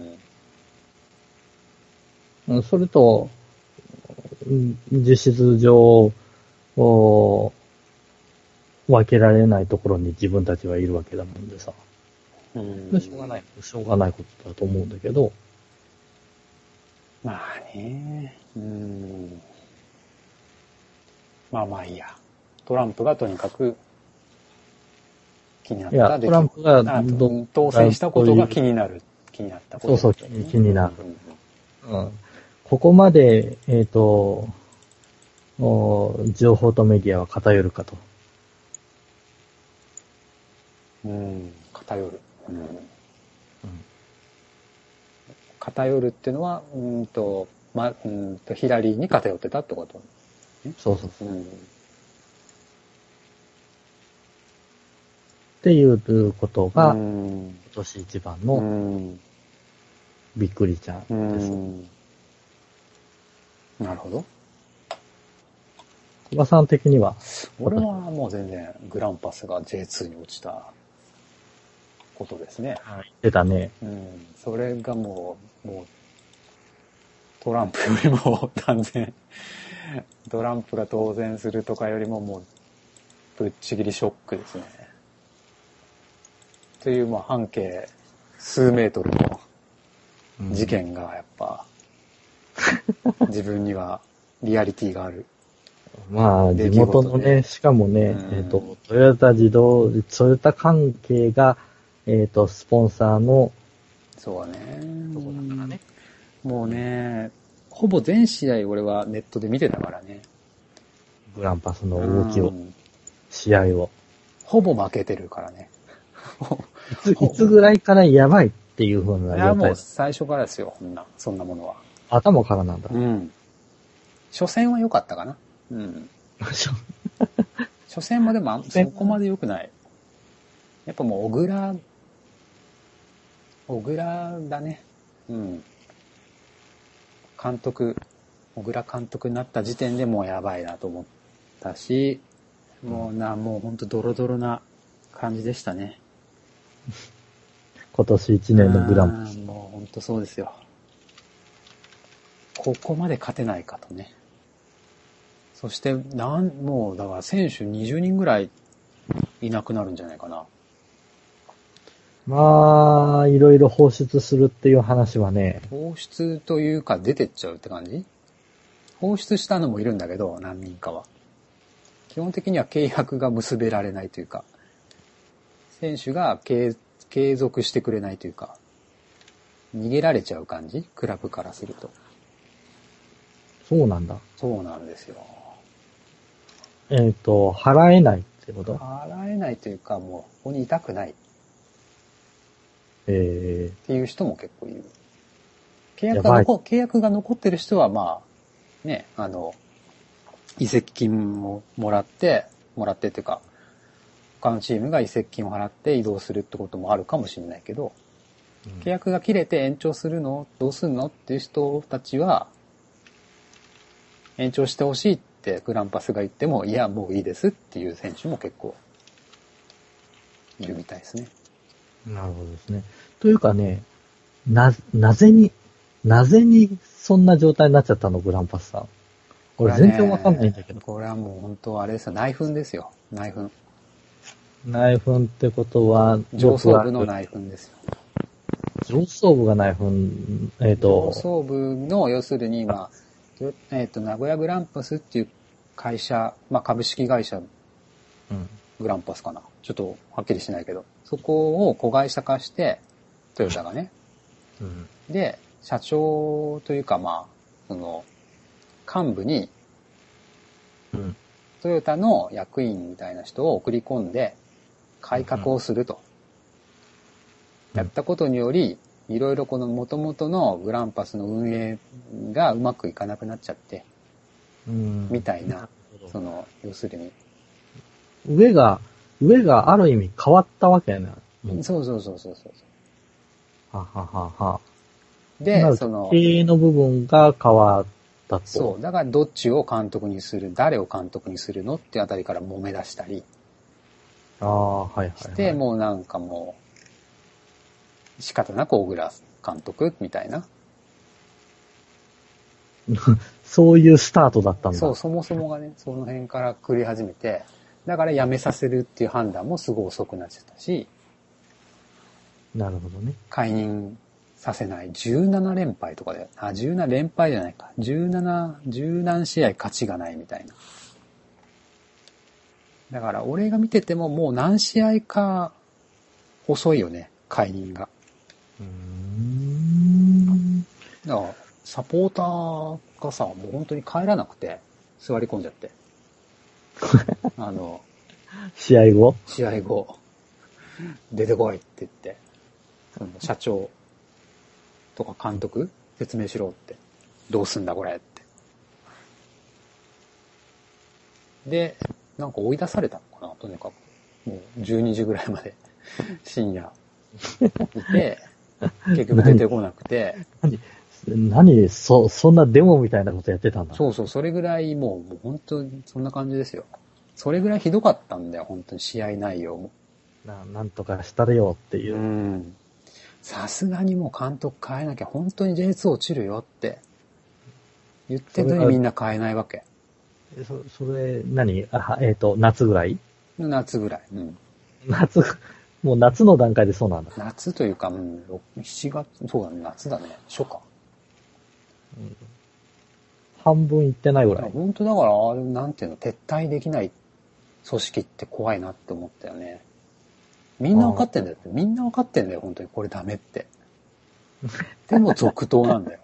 んそれと、うん実質上、お分けられないところに自分たちはいるわけだもんでさ。うん。しょうがない。。しょうがないことだと思うんだけど、まあね。うん。まあまあいいや。トランプがとにかく気になっいたや、出ト来ランプがあどと当選したことが気になる。気になったことそうそうだよね気になるうんうんここまで、えっ、と、お情報とメディアは偏るかと。うん、偏る。うんうん偏るっていうのは、うんと、ま、うんと、ヒラリーに偏ってたってこと。そうそう。っうん。ていうことが、うんち年一番うのん。びっくりちゃんうです。ん。なるほど。小葉さん的には、俺はもう全然グランパスが J2 に落ちたことですね。出たね。うん。それがもう、もう、トランプよりも断然、トランプが当選するとかよりももう、ぶっちぎりショックですね。という、まあ、半径数メートルの事件がやっぱ、自分にはリアリティがある。まあ、地元出来事のね、しかもね、うんえっ、と、トヨタ自動、トヨタ関係が、えっ、と、スポンサーのそうだね。とこだからね。もうね、ほぼ全試合俺はネットで見てたからね。グランパスの動きうを、ん試合を。ほぼ負けてるからね。いつ、いつぐらいからやばいっていう風いなや状も態う。最初からですよ、こんな、そんなものは。頭からなんだ。うん。初戦は良かったかな。うん。そう初戦もでもあん初そ戦こまで良くない。やっぱもう、小倉、小倉だね。うん。監督、小倉監督になった時点でもうやばいなと思ったし、もうな、もうほんとドロドロな感じでしたね。今年1年のグランあーもう本当そうですよ。ここまで勝てないかとね。そして、なん、もう、だから選手20人ぐらいいなくなるんじゃないかな。プ。まあ、いろいろ放出するっていう話はね、放出というか出てっちゃうって感じ放出したのもいるんだけど、何人かは。基本的には契約が結べられないというか、選手が継継続してくれないというか、逃げられちゃう感じクラブからすると。そうなんだ。そうなんですよ。えっ、と、払えないってこと払えないというか、もう、ここにいたくないっえていう人も結構いる。契や約がばい残、契約が残ってる人は、まあ、ね、あの、移籍金をもらって、もらってっていうか、他のチームが移籍金を払って移動するってこともあるかもしれないけど、ー契約が切れて延長するのどうするのっていう人たちは、延長してほしいってグランパスが言っても、いや、もういいですっていう選手も結構、いるみたいですね。なるほどですね。というかね、な、なぜに、なぜにそんな状態になっちゃったの、グランパスさん。これ全然わかんないんだけど。これはもう本当あれですよ、内紛ですよ。内紛。内紛ってことは、上層部のよくあ内紛ですよ。る上層部が内紛、えっ、上と、層部の、要するに今、よえっ、と、名古屋グランパスっていう会社、まあ株式会社うん。グランパスかな。ちょっとはっきりしないけど、そこを子会社化して、トヨタがね。うん。で、社長というかまあ、その、幹部にうん。トヨタの役員みたいな人を送り込んで、改革をすると。うんやったことにより、いろいろこの元々のグランパスの運営がうまくいかなくなっちゃって、うん。みたいなるほそど。の、要するに。上が、上がある意味変わったわけやな。うん。そうそうそうそうそはははは。う。なで、るその経、営の部分が変わったと。そう。だからどっちを監督にする、誰を監督にするのってあたりから揉め出したりああ、はいはい、はい。して、もうなんかもう、仕方なく小倉監督みたいな。そういうスタートだったんだ。そう、そもそもがね、その辺から繰り始めて、だから辞めさせるっていう判断もすごい遅くなっちゃったし、なるほどね。解任させない17連敗とかで、あ、17連敗じゃないか、17、10何試合勝ちがないみたいな。だから俺が見ててももう何試合か遅いよね、解任が。うーん。だからサポーターがさ、もう本当に帰らなくて、座り込んじゃって。あの、試合後試合後、出てこいって言って、その社長とか監督、説明しろって。どうすんだこれって。で、なんか追い出されたのかな、とにかく。もう12時ぐらいまで、深夜いて、結局出てこなくて、何で、そ、そんなデモみたいなことやってたんだ。そうそう、それぐらいもう、もう本当にそんな感じですよ。それぐらいひどかったんだよ、本当に試合内容も。ななんとかしたれよっていうう。ん。さすがにもう監督変えなきゃ、本当に J2 落ちるよって。言ってたのそれにがみんな変えないわけ。そそれ、何あえっ、と、夏ぐらい夏ぐらい。うん。夏、もう夏の段階でそうなんだ。夏というか、うん、ろく7月、そうだね、夏だね、初夏。半分いってないぐらい。本当だから、あれ、なんていうの、撤退できない組織って怖いなって思ったよね。みんな分かってんだよって。みんな分かってんだよ、本当に。これダメって。でも続投なんだよ。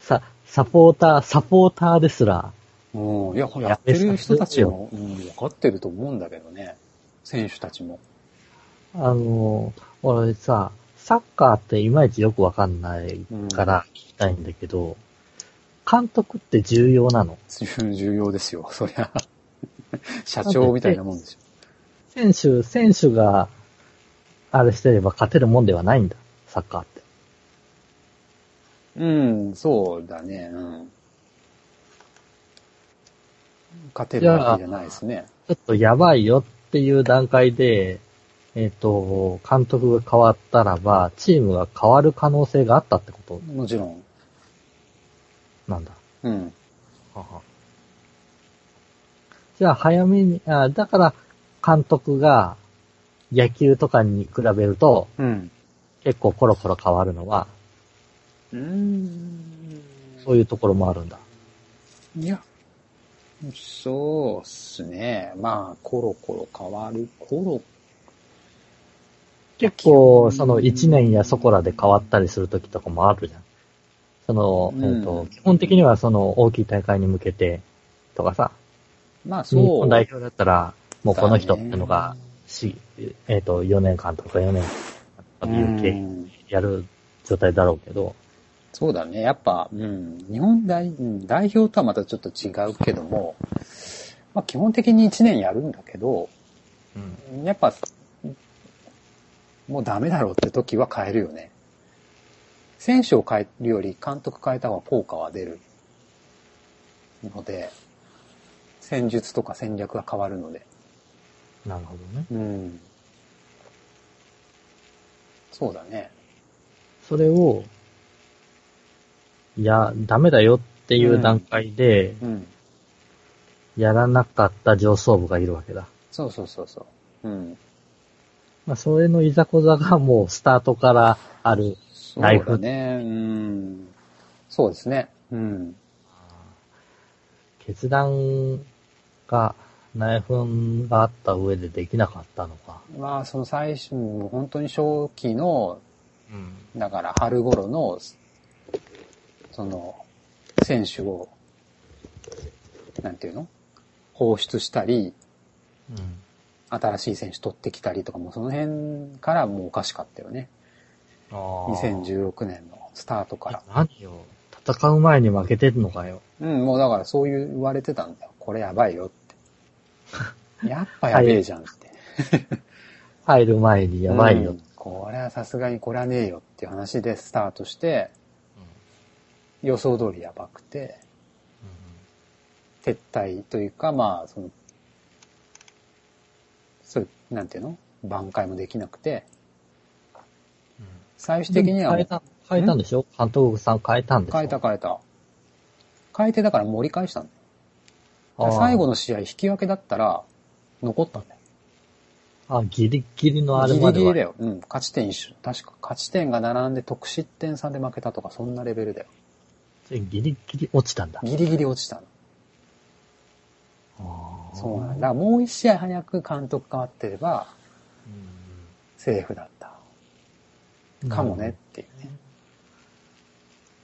さ、サポーター、サポーターですら、うん。いや、やってる人たちも、うん、分かってると思うんだけどね。選手たちも。あの、俺さ、サッカーっていまいちよくわかんないから聞きたいんだけど、監督って重要なの 重要ですよ、そりゃ。 社長みたいなもんですよ。選手、選手が、あれしてれば勝てるもんではないんだ、サッカーって。うん、そうだね、うん。勝てじるゃあわけじゃないですね。ちょっとやばいよっていう段階で、えっ、と、監督が変わったらば、チームが変わる可能性があったってこともちろん。なんだ。うん。じゃあ早めに、あだから監督が野球とかに比べるとうん。結構コロコロ変わるのは、うん。そういうところもあるんだ。いや、そうっすね。まあ、コロコロ変わる。コ結構その1年やそこらで変わったりするときとかもあるじゃん。その、うんえっ、と、基本的にはその大きい大会に向けてとかさ、ロ。まあ、日そう。本代表だったらもうこの人ってだねのが、しえっ、と、4年間とか4年間とかいうう経んやる状態だろうけど、そうだね。やっぱ、うん。日本代うん代表とはまたちょっと違うけども、まあ、基本的に1年やるんだけど、うんやっぱ、もうダメだろうって時は変えるよね。選手を変えるより監督変えた方が効果は出る。ので、戦術とか戦略が変わるので。なるほどね。うん。そうだね。それを、いや、ダメだよっていう段階で、うん。やらなかった上層部がいるわけだ。そうそうそうそう。うん。まあ、それのいざこざがもうスタートからある。そうナイフだね。うん。そうですね。うん。決断が、内紛があった上でできなかったのか。まあ、その最初、もう本当に正気のうん。だから春頃の、その、選手を、なんていうの放出したり、うん。新しい選手取ってきたりとかも、その辺からもうおかしかったよね。ああ2016年のスタートから。何よ。戦う前に負けてんのかよ。うん、もうだからそういう言われてたんだよ。これやばいよって。 やっぱやべえじゃんって。入る前に やばいよ。うんこれはさすがにこれはねえよっていう話でスタートして、予想通りやばくて、撤退というか、まあ、その、そういう、なんていうの挽回もできなくて、最終的には変えた、変えたんでしょ監督さん変えたんでしょ変えた変えた。変えてだから盛り返したんだあよ。ー最後の試合引き分けだったら、残ったんだよ。あ、ギリギリのあれギまリでギはリだよ。うん。勝ち点一緒。確か勝ち点が並んで得失点差で負けたとか、そんなレベルだよ。それギリギリ落ちたんだ。ギリギリ落ちたの。そうなんだ。だからもう一試合早く監督変わってれば、セーフだった。うんかもねっていうね。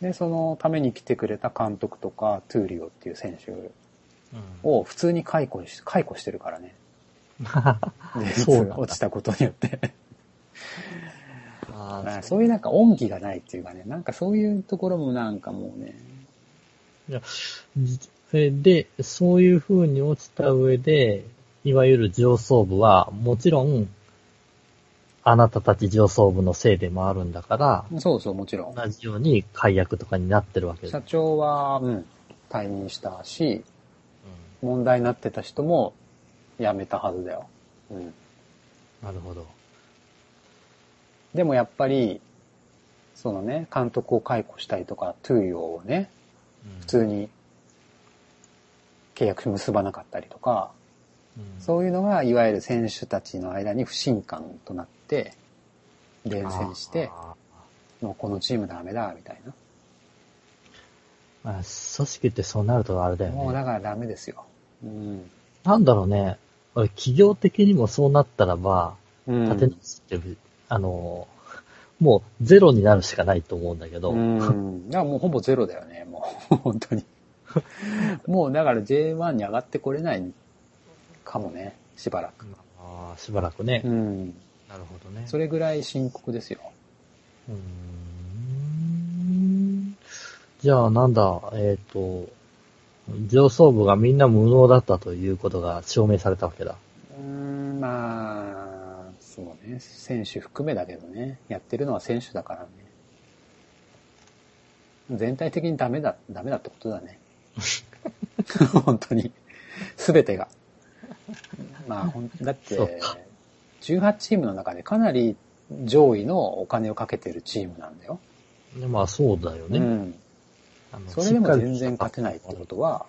で、そのために来てくれた監督とか、トゥーリオっていう選手うんを普通に解雇し解雇してるからね。でそうなんだ落ちたことによ って。あまあーそういうなんか恩義がないっていうかね、なんかそういうところもなんかもうね、えで、そういう風に落ちた上で、いわゆる上層部は、もちろん、あなたたち上層部のせいでもあるんだから、そうそう、もちろん。同じように解約とかになってるわけです。社長は、うん、退任したし、問題になってた人も辞めたはずだよ。うん。うんなるほど。でもやっぱり、そのね、監督を解雇したりとか、トゥーヨーをね、うん普通に契約結ばなかったりとか、うんそういうのが、いわゆる選手たちの間に不信感となって、伝染して、あもうこのチームダメだ、みたいーまあ組織ってそうなるとあれだな。よもうね。だからダメですよ。うん。なんだろうね。俺、企業的にもそうなったらば、うん立て直すって、あの、もうゼロになるしかないと思うんだけど、うん。だからもうほぼゼロだよね、もう。 本当に。もうだから J1 に上がってこれないかもね、しばらく。あーしばらくね。うん。なるほどねそれぐらい深刻ですよ。うーんじゃあなんだ、えっ、と、上層部がみんな無能だったということが証明されたわけだ。うーん、まあ、そうね。選手含めだけどね。やってるのは選手だからね。全体的にダメだ、ダメだってことだ ね。本当に。すべてが。まあ、ほんだってそうか、 18チームの中でかなり上位のお金をかけてるチームなんだよ。でまあそうだよね。うん。あのそれでも全然勝てないってことは、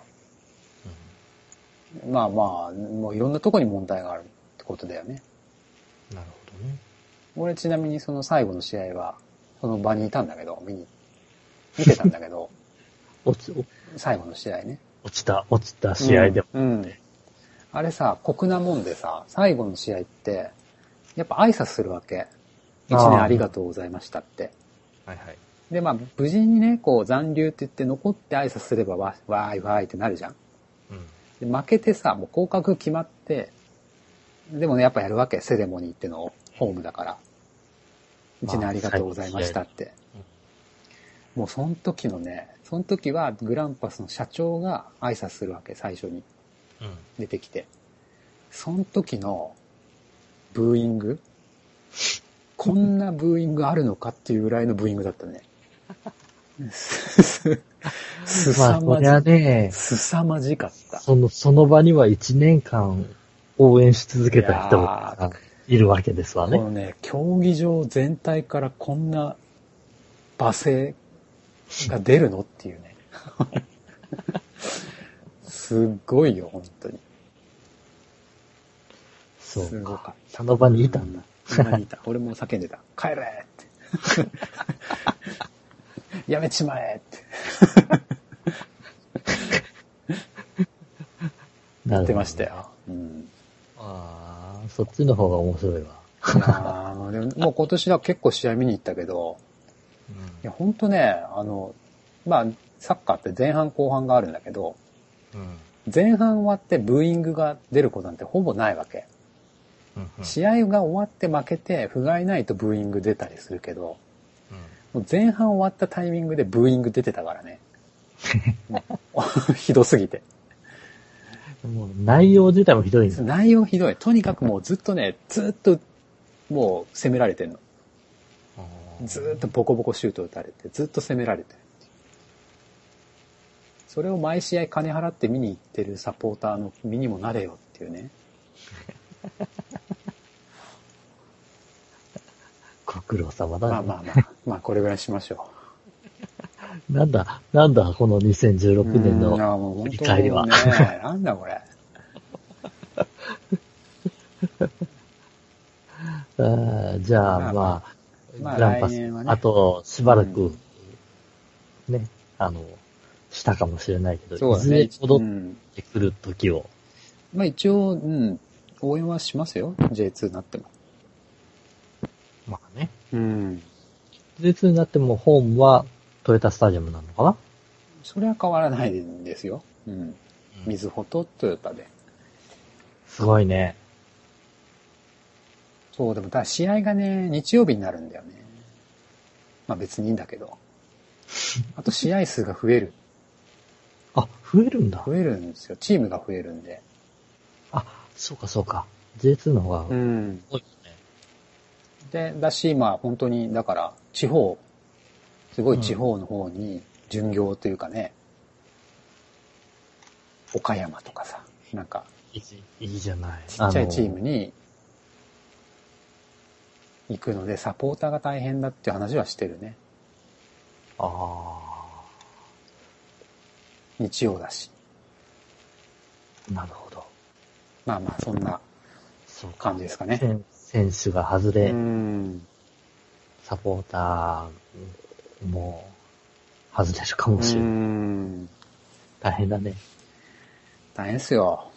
うんまあまあ、もういろんなとこに問題があるってことだよね。なるほどね。俺ちなみにその最後の試合は、その場にいたんだけど、見に、見てたんだけど、落ち、最後の試合ね。落ちた、落ちた試合でも。うん。うんあれさ、酷なもんでさ、最後の試合って、やっぱ挨拶するわけ。一あー年ありがとうございましたって。はいはい。で、まあ、無事にね、こう残留って言って残って挨拶すればわ、わーいわーいってなるじゃん。うん。で負けてさ、もう降格決まって、でもね、やっぱやるわけ、セレモニーってのを、ホームだから。まあ一年ありがとうございましたってうん。もうその時のね、その時はグランパスの社長が挨拶するわけ、最初にうん。出てきて。その時の、ブーイングこんなブーイングあるのかっていうぐらいのブーイングだった ね。す、す、すまあさそまりゃじ、ね、すさまじかった。その、その場には1年間応援し続けた人いやがーいるわけですわこね。のね、競技場全体からこんな罵声が出るのって いうね。すっごいよ、本当に。そすうごか。かっその場た。にいたんだ。うん。みんなにいた。俺も叫んでた。帰れって。 やめちまえって言なるほどってましたよ。うん。ああ、そっちの方が面白いわ。いやーでももう今年は結構試合見に行ったけど、いや、ほんとね、あの、まあ、サッカーって前半後半があるんだけど、うん前半終わってブーイングが出ることなんてほぼないわけ。試合が終わって負けて、不甲斐ないとブーイング出たりするけど、もう前半終わったタイミングでブーイング出てたからね。もうひどすぎて。うんもう内容自体もひどいんです。内容ひどい。とにかくもうずっとね、ずっともう攻められてんの。ずっとボコボコシュート打たれて、ずっと攻められてるっていうそれを毎試合金払って見に行ってるサポーターの身にもなれよっていうね。ご苦労様だ、ねまあまあまあ、まあこれぐらいしましょう。なんだ、なんだ、この2016年うんいやの。もう本振り当返にりねは、なんだこれ。あーじゃあ、まあまあ、まあグランパ来ス、年はねあと、しばらうく、ね、あの、したかもしれないけ ど、そういだずねれ。戻うっんてくる時を、まあ一応、うん、応援はしますよ。J2 になっても。まあね、うん。 J2 になってもホームはトヨタスタジアムなのかなそれは変わらないんですよ。うん。水穂とトヨタで。すごいね。そう、でもただ試合がね、日曜日になるんだよね。まあ別にいいんだけ ど。あと試合数が増える。あ、増えるんだ。増えるんですよ。チームが増えるんで。あ、そうかそうか。J2 の方がうん。多いね。で、だし、まあ本当に、だから、地方、すごい地方の方に、巡業というかね、岡山とかさ、なんか、いいいいじゃない。ちっちゃいチーあムに、行くので、サポーターが大変だっていう話はしてるね。の。あ日曜だし。あ、なるほど。まあまあ、そんなそうか。感じですかね。選選手が外うれ、ん。サポーターも外れるかもうしれない。ん。大変だね。大変っすよ。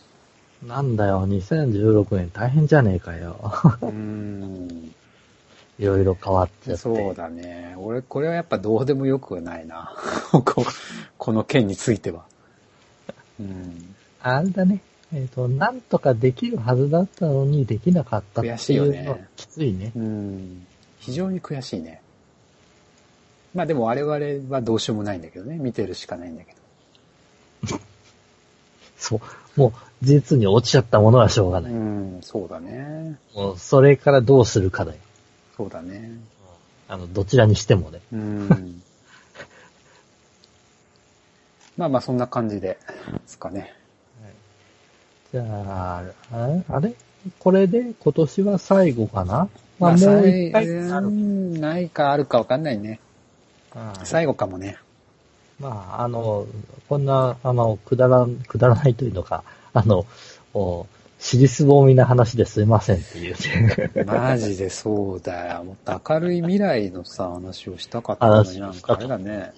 なんだよ、2016年大変じゃねえかよ。 うん。いろいろ変わっちゃって。そうだね。俺、これはやっぱどうでもよくはないな。 ここの件については。うん。あれだね。えっ、と、なんとかできるはずだったのにできなかったって悔しいいようのはねきついね。うん。非常に悔しいね。まあでも我々はどうしようもないんだけどね。見てるしかないんだけど。そう。もう、実に落ちちゃったものはしょうがない。うん、そうだね。もう、それからどうするかだよ。そうだね。あの、どちらにしてもね。うん。 まあまあそんな感じで、ですかね。じゃあ、あれあれこれで今年は最後かなままああ、もう最一回うあるんないかあるかわかんないね。か。最後かもね。まあ、あの、こんな、あの、くだらん、くだらないというのか、あの、お尻すぼみな話ですいませんっていう ねマジでそうだよ。もっと明るい未来のさ、話をしたかったのになんかあれだね。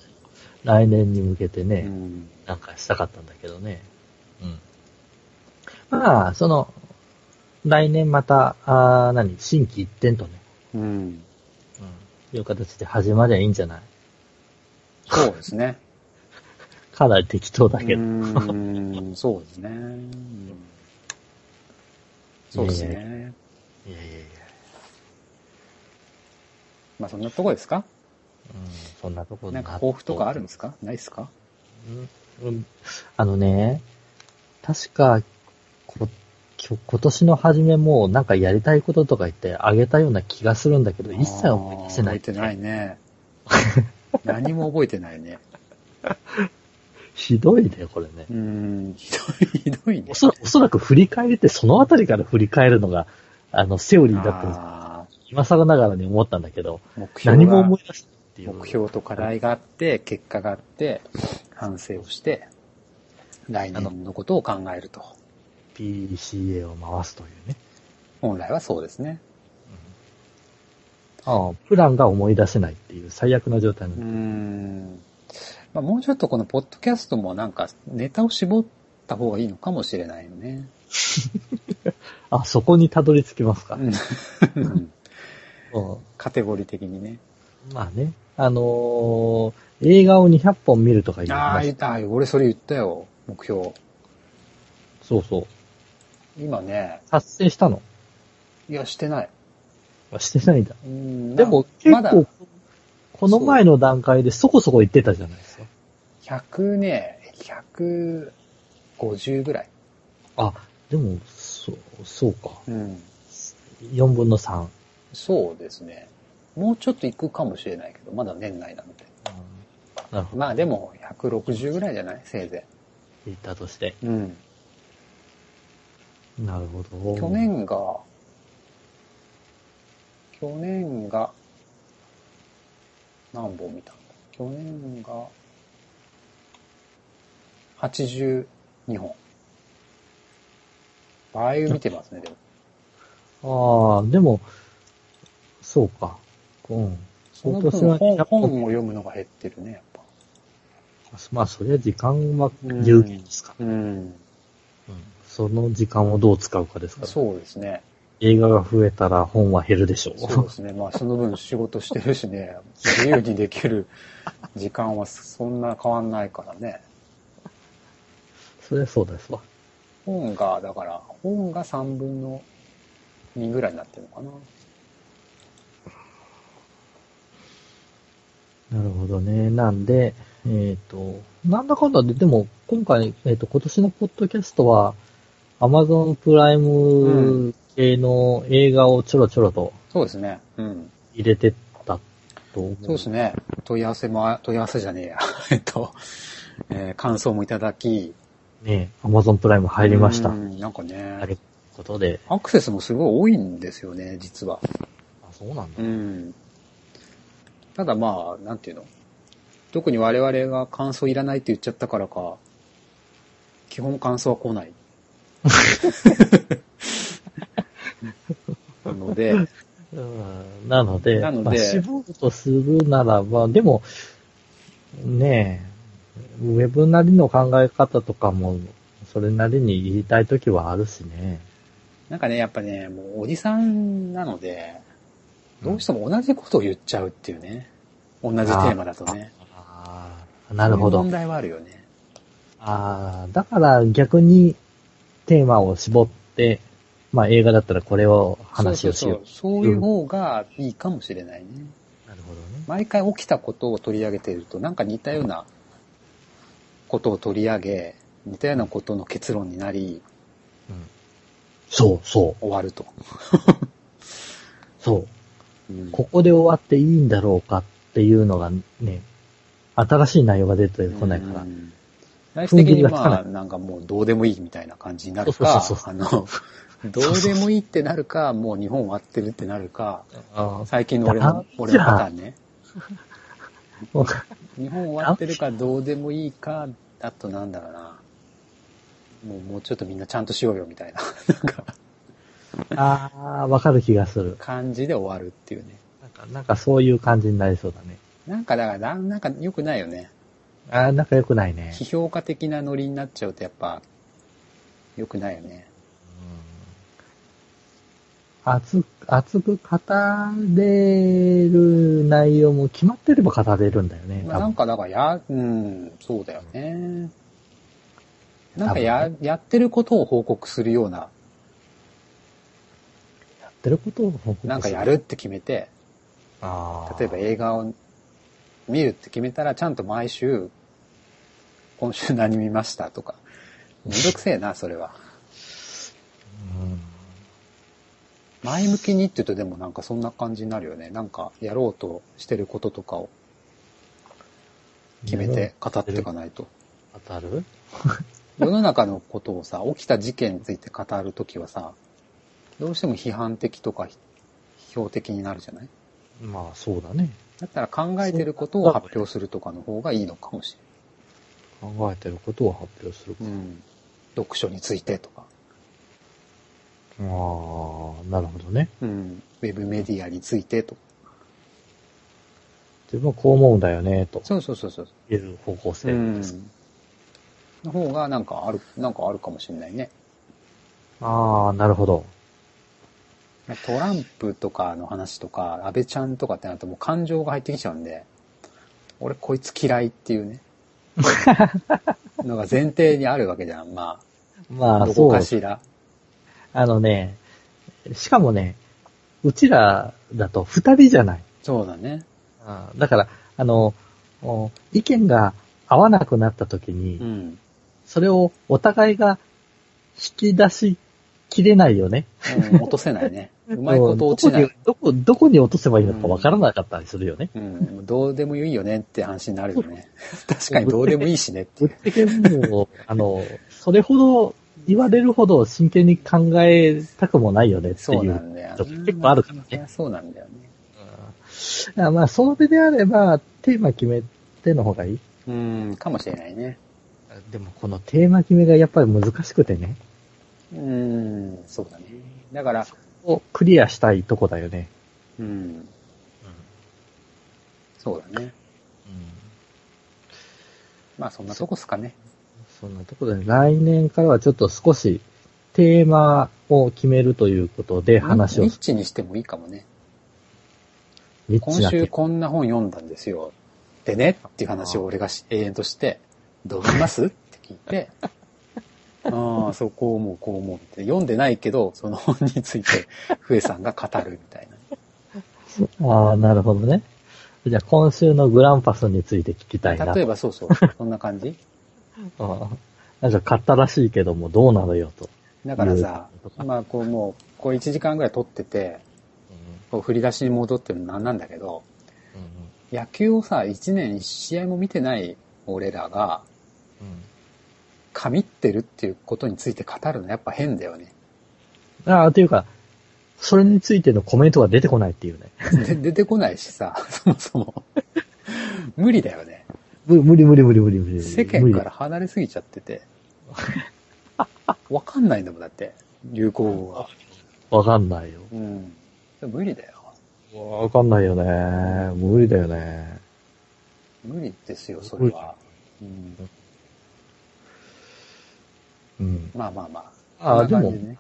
来年に向けてうね、ん。なんかしたかったんだけどね。うん。まあ、その、来年また、あー何、新規一点とね、うん。うん、いう形で始まりゃいいんじゃないそうですね。かなり適当うだけど。ーん、そうですね。うんそうですね。いやいやいや。まあそんなとこですかうん、そんなとこなんか抱負とかあるんですかないですかうんうんあのね、確か、こ、きょ今年の初めもうなんかやりたいこととか言ってあげたような気がするんだけど、一切思い出せない。覚えてない ね。何も覚えてないね。ひどいね、これねう。ーん、ひどい、ひどいねお。そらおそらく振り返りってそのあたりから振り返るのが、あの、セオリーだったんですあ今更ながらに思ったんだけど、ー目標何もが思い出せないっていう。目標と課題があって、結果があって、反省をして、来年のことを考えると。 PCA を回すというね。本来はそうですね。ああ、プランが思い出せないっていう最悪な状態なうーの。ん。まあ、もうちょっとこのポッドキャストもなんかネタを絞った方がいいのかもしれないよね。あ、そこにたどり着きますか。うんうん カテゴリー的にね。まあね、あのー映画を200本見るとか言いああ、ま言しった。あー俺それ言ったよ。目標。そうそう。今ね、達成したのいや、してない。あしてないんだ。うんでも結なまだ構、この前の段階でそこそこ言ってたじゃないですか。 100ね、150ぐらい。あ、でも、そう、そうか。うん。 4分の3。そうですね。もうちょっと行くかもしれないけど、まだ年内なので。なるほど。まあでも、160ぐらいじゃないせいぜ言ったとして。い。うん。なるほど。去。年が、去年が、何本見たんだ去年が、82本。倍見てますね、で も。ああ、でも、そうか。うん。その今年分は本、 100本を読むのが減ってるね、やっぱ。まあ、そりゃ時間は有限ですから。うん。うんその時間をどう使うかですから。そうですね。映画が増えたら本は減るでしょう。そうですね。まあ、その分仕事してるしね、自由にできる時間はそんな変わんないからね。そりゃそうですわ。本が、だから、本が3分の2ぐらいになってるのかな。なるほどね。なんで、えっ、と、なんだかんだで、でも、今回、えっ、と、今年のポッドキャストは、Amazon プライうム系の映画をちょろちょろとそうですね。うん。入れてったと思う。そうですね。問い合わせもあ、問い合わせじゃねえや。 えっと、えー感想もいただき。ね。アマゾンプライム入りました。うあんなんかりね、ことで。アクセスもすごい多いんですよね、実は。あ、そうなんうだ。ん。ただまあ、なんていうの。特に我々が感想いらないって言っちゃったからか、基本感想は来 ない。なので、うんなので、なのでまあ、絞るとするならば、でも、ねえ、ウェブなりの考え方とかも、それなりに言いたいときはあるしね。なんかね、やっぱね、もうおじさんなので、どうしても同じことを言っちゃうっていうね。同じテーマだとね。ああ、なるほそういうど問。題はあるよね。ああ、だから逆にテーマを絞って、まあ映画だったらこれを話をしよう。そうそうそう。そういう方がいいかもしれないね。なるほどね。毎回起きたことを取り上げていると、なんか似たようなことを取り上げ、似たようなことの結論になり、うん。そうそ終わると。う、そう。うんここで終わっていいんだろうかっていうのがね、新しい内容が出てこないからう。ん最終的に踏ん切りがつかまなあ、いなんかもうどうでもいいみたいな感じになるそかう、そうそあの、 どうでもいいってなるか、もう日本終わってるってなるか、 あ最近の俺の、じゃあ俺のパターンね。あ日本終わってるかどうでもいいか、あとなんだろうな。もうもうちょっとみんなちゃんとしようよみたいな、なんかあー、わかる気がする。感じで終わるっていうね。なんか、なんかそういう感じになりそうだね。なんかだからな、なんか良くないよね。あー、なんか良くないね。批評家的なノリになっちゃうとやっぱ、良くないよね。熱く、熱く語れる内容も決まってれば語れるんだよね。まあ多なん分かだからや、うん、そうだよね。なんか多や、分やってることを報告するような、やってることを報告するなんかやるって決めて、あー例えば映画を見るって決めたら、ちゃんと毎週、今週何見ましたとか。めんどくせえな、それは。うん前向きにって言うとでもなんかそんな感じになるよね。なんかやろうとしてることとかを決めて語っていかないと。語る世の中のことをさ、起きた事件について語るときはさ、どうしても批判的とかひ批評的になるじゃないまあ、そうだね。だったら考えてることを発表するとかの方がいいのかもし考えてることを発表する。れない。うん。読書についてとか、ああ、なるほどね。うん。ウェブメディアについてとか。自分はこう思うんだよね、とそうそうそうそう。言える方向性うんです。。の方がなんかある、なんかあるかもしれないね。ああ、なるほど。トランプとかの話とか、安倍ちゃんとかってなるともう感情が入ってきちゃうんで、俺こいつ嫌いって いうね、のが前提にあるわけじゃん。ままあ、どあ、こそうか。しら。あのね、しかもね、うちらだと二人じゃない。そうだね。あーだから、あの、お意見が合わなくなった時に、うん。それをお互いが引き出しきれないよね。うん落とせない ね。うまいこと落ちない。どこに、どこ、どこに落とせばいいのかわからなかったりするよね。うん。どうでもいいよねって話になるよね。 確かにどうでもいいしねっていぶう。 っちゃけもう、あの、それほど、言われるほど真剣に考えたくもないよねってそういなう。んだよ、ちょっと結構あるからねいやそうなんだよね。あまあ、それであれば、テーマ決めての方がいい。うん、かもしれないね。でも、このテーマ決めがやっぱり難しくてね。うん、そうだね。だから、をクリアしたいとこだよね。うん、そうだね。まあそんなとこっすかね。そんなところで、来年からはちょっと少し、テーマを決めるということで話をニッ、チにしてもいいかもね。ニッチ今な週こんな本読んだんですよ。でねっていう話を俺がし永遠として、どう思いますって聞い て、ああ、そうこう思う、こう思うって。読んでないけど、その本について、ふえさんが語るみたいな。ああ、なるほどね。じゃあ、今週のグランパスについて聞きたいな。例えばそうそう、そんな感じああなんか買ったらしいけども、どうなのよと。だからさうん、まあこうもう、これ1時間ぐらい撮ってて、こう振り出しに戻ってるのなんなんだけど、野球をさ、1年1試合も見てない俺らが、神ってるっていうことについて語るのやっぱ変だよね。ああ、というか、それについてのコメントが出てこないっていうね。で出てこないしさ、 そもそも。無理だよね。無無理無理無理無理無理無理。世間から離れすぎちゃってて。わかんないんだもん、だって。流行語が。無理。わかんないよ。うん。無理だよ。わかんないよね。無理だよね。無理ですよ、それは。うん、うん。まあまあまあ。ああ、でこんなも、感じね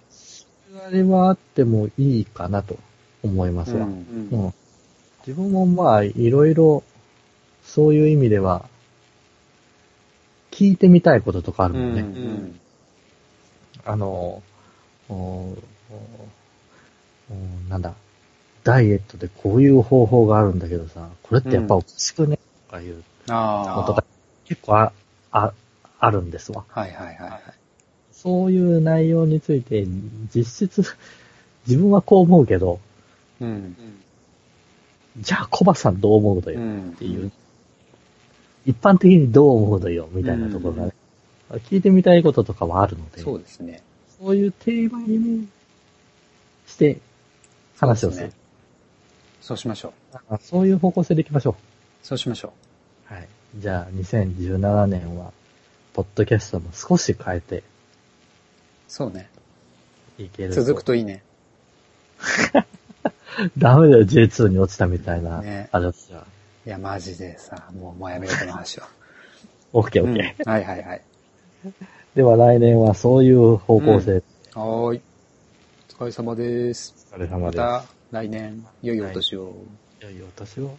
あれはあってもいいかなと思いますわ。うんうん自分もまあ、いろいろ、そういう意味では、聞いてみたいこととかあるもんね。うんうんあの、おおおなんだ、ダイエットでこういう方法があるんだけどさ、これってやっぱおかしくね、とかいうこあとが結構あ、あ、あるんですわ。あ。はいはいはいはい。そういう内容について、実質、 自分はこう思うけど、うん。じゃあコバさんどう思うのよんっていう、一般的にどう思うのよみたいなところがね、聞いてみたいこととかはあるので、そうですね。そういうテーマにねして話をすそうるですねそうしましょう。あそういう方向性でいきましょそうしましょう。はい。じゃあ、2017年は、ポッドキャストも少し変えてう。そうね。いける。続く。といいね。ダメだよ、J2 に落ちたみたいな。ねあれじゃいや、マジでさ、もう、もうやめようこの話は。あ、OK、OK、うんはいはいはい。では来年はそういう方向性。うはーい。お疲れ様です。お疲れ様まです。た来年、良いお年を。良いお年を。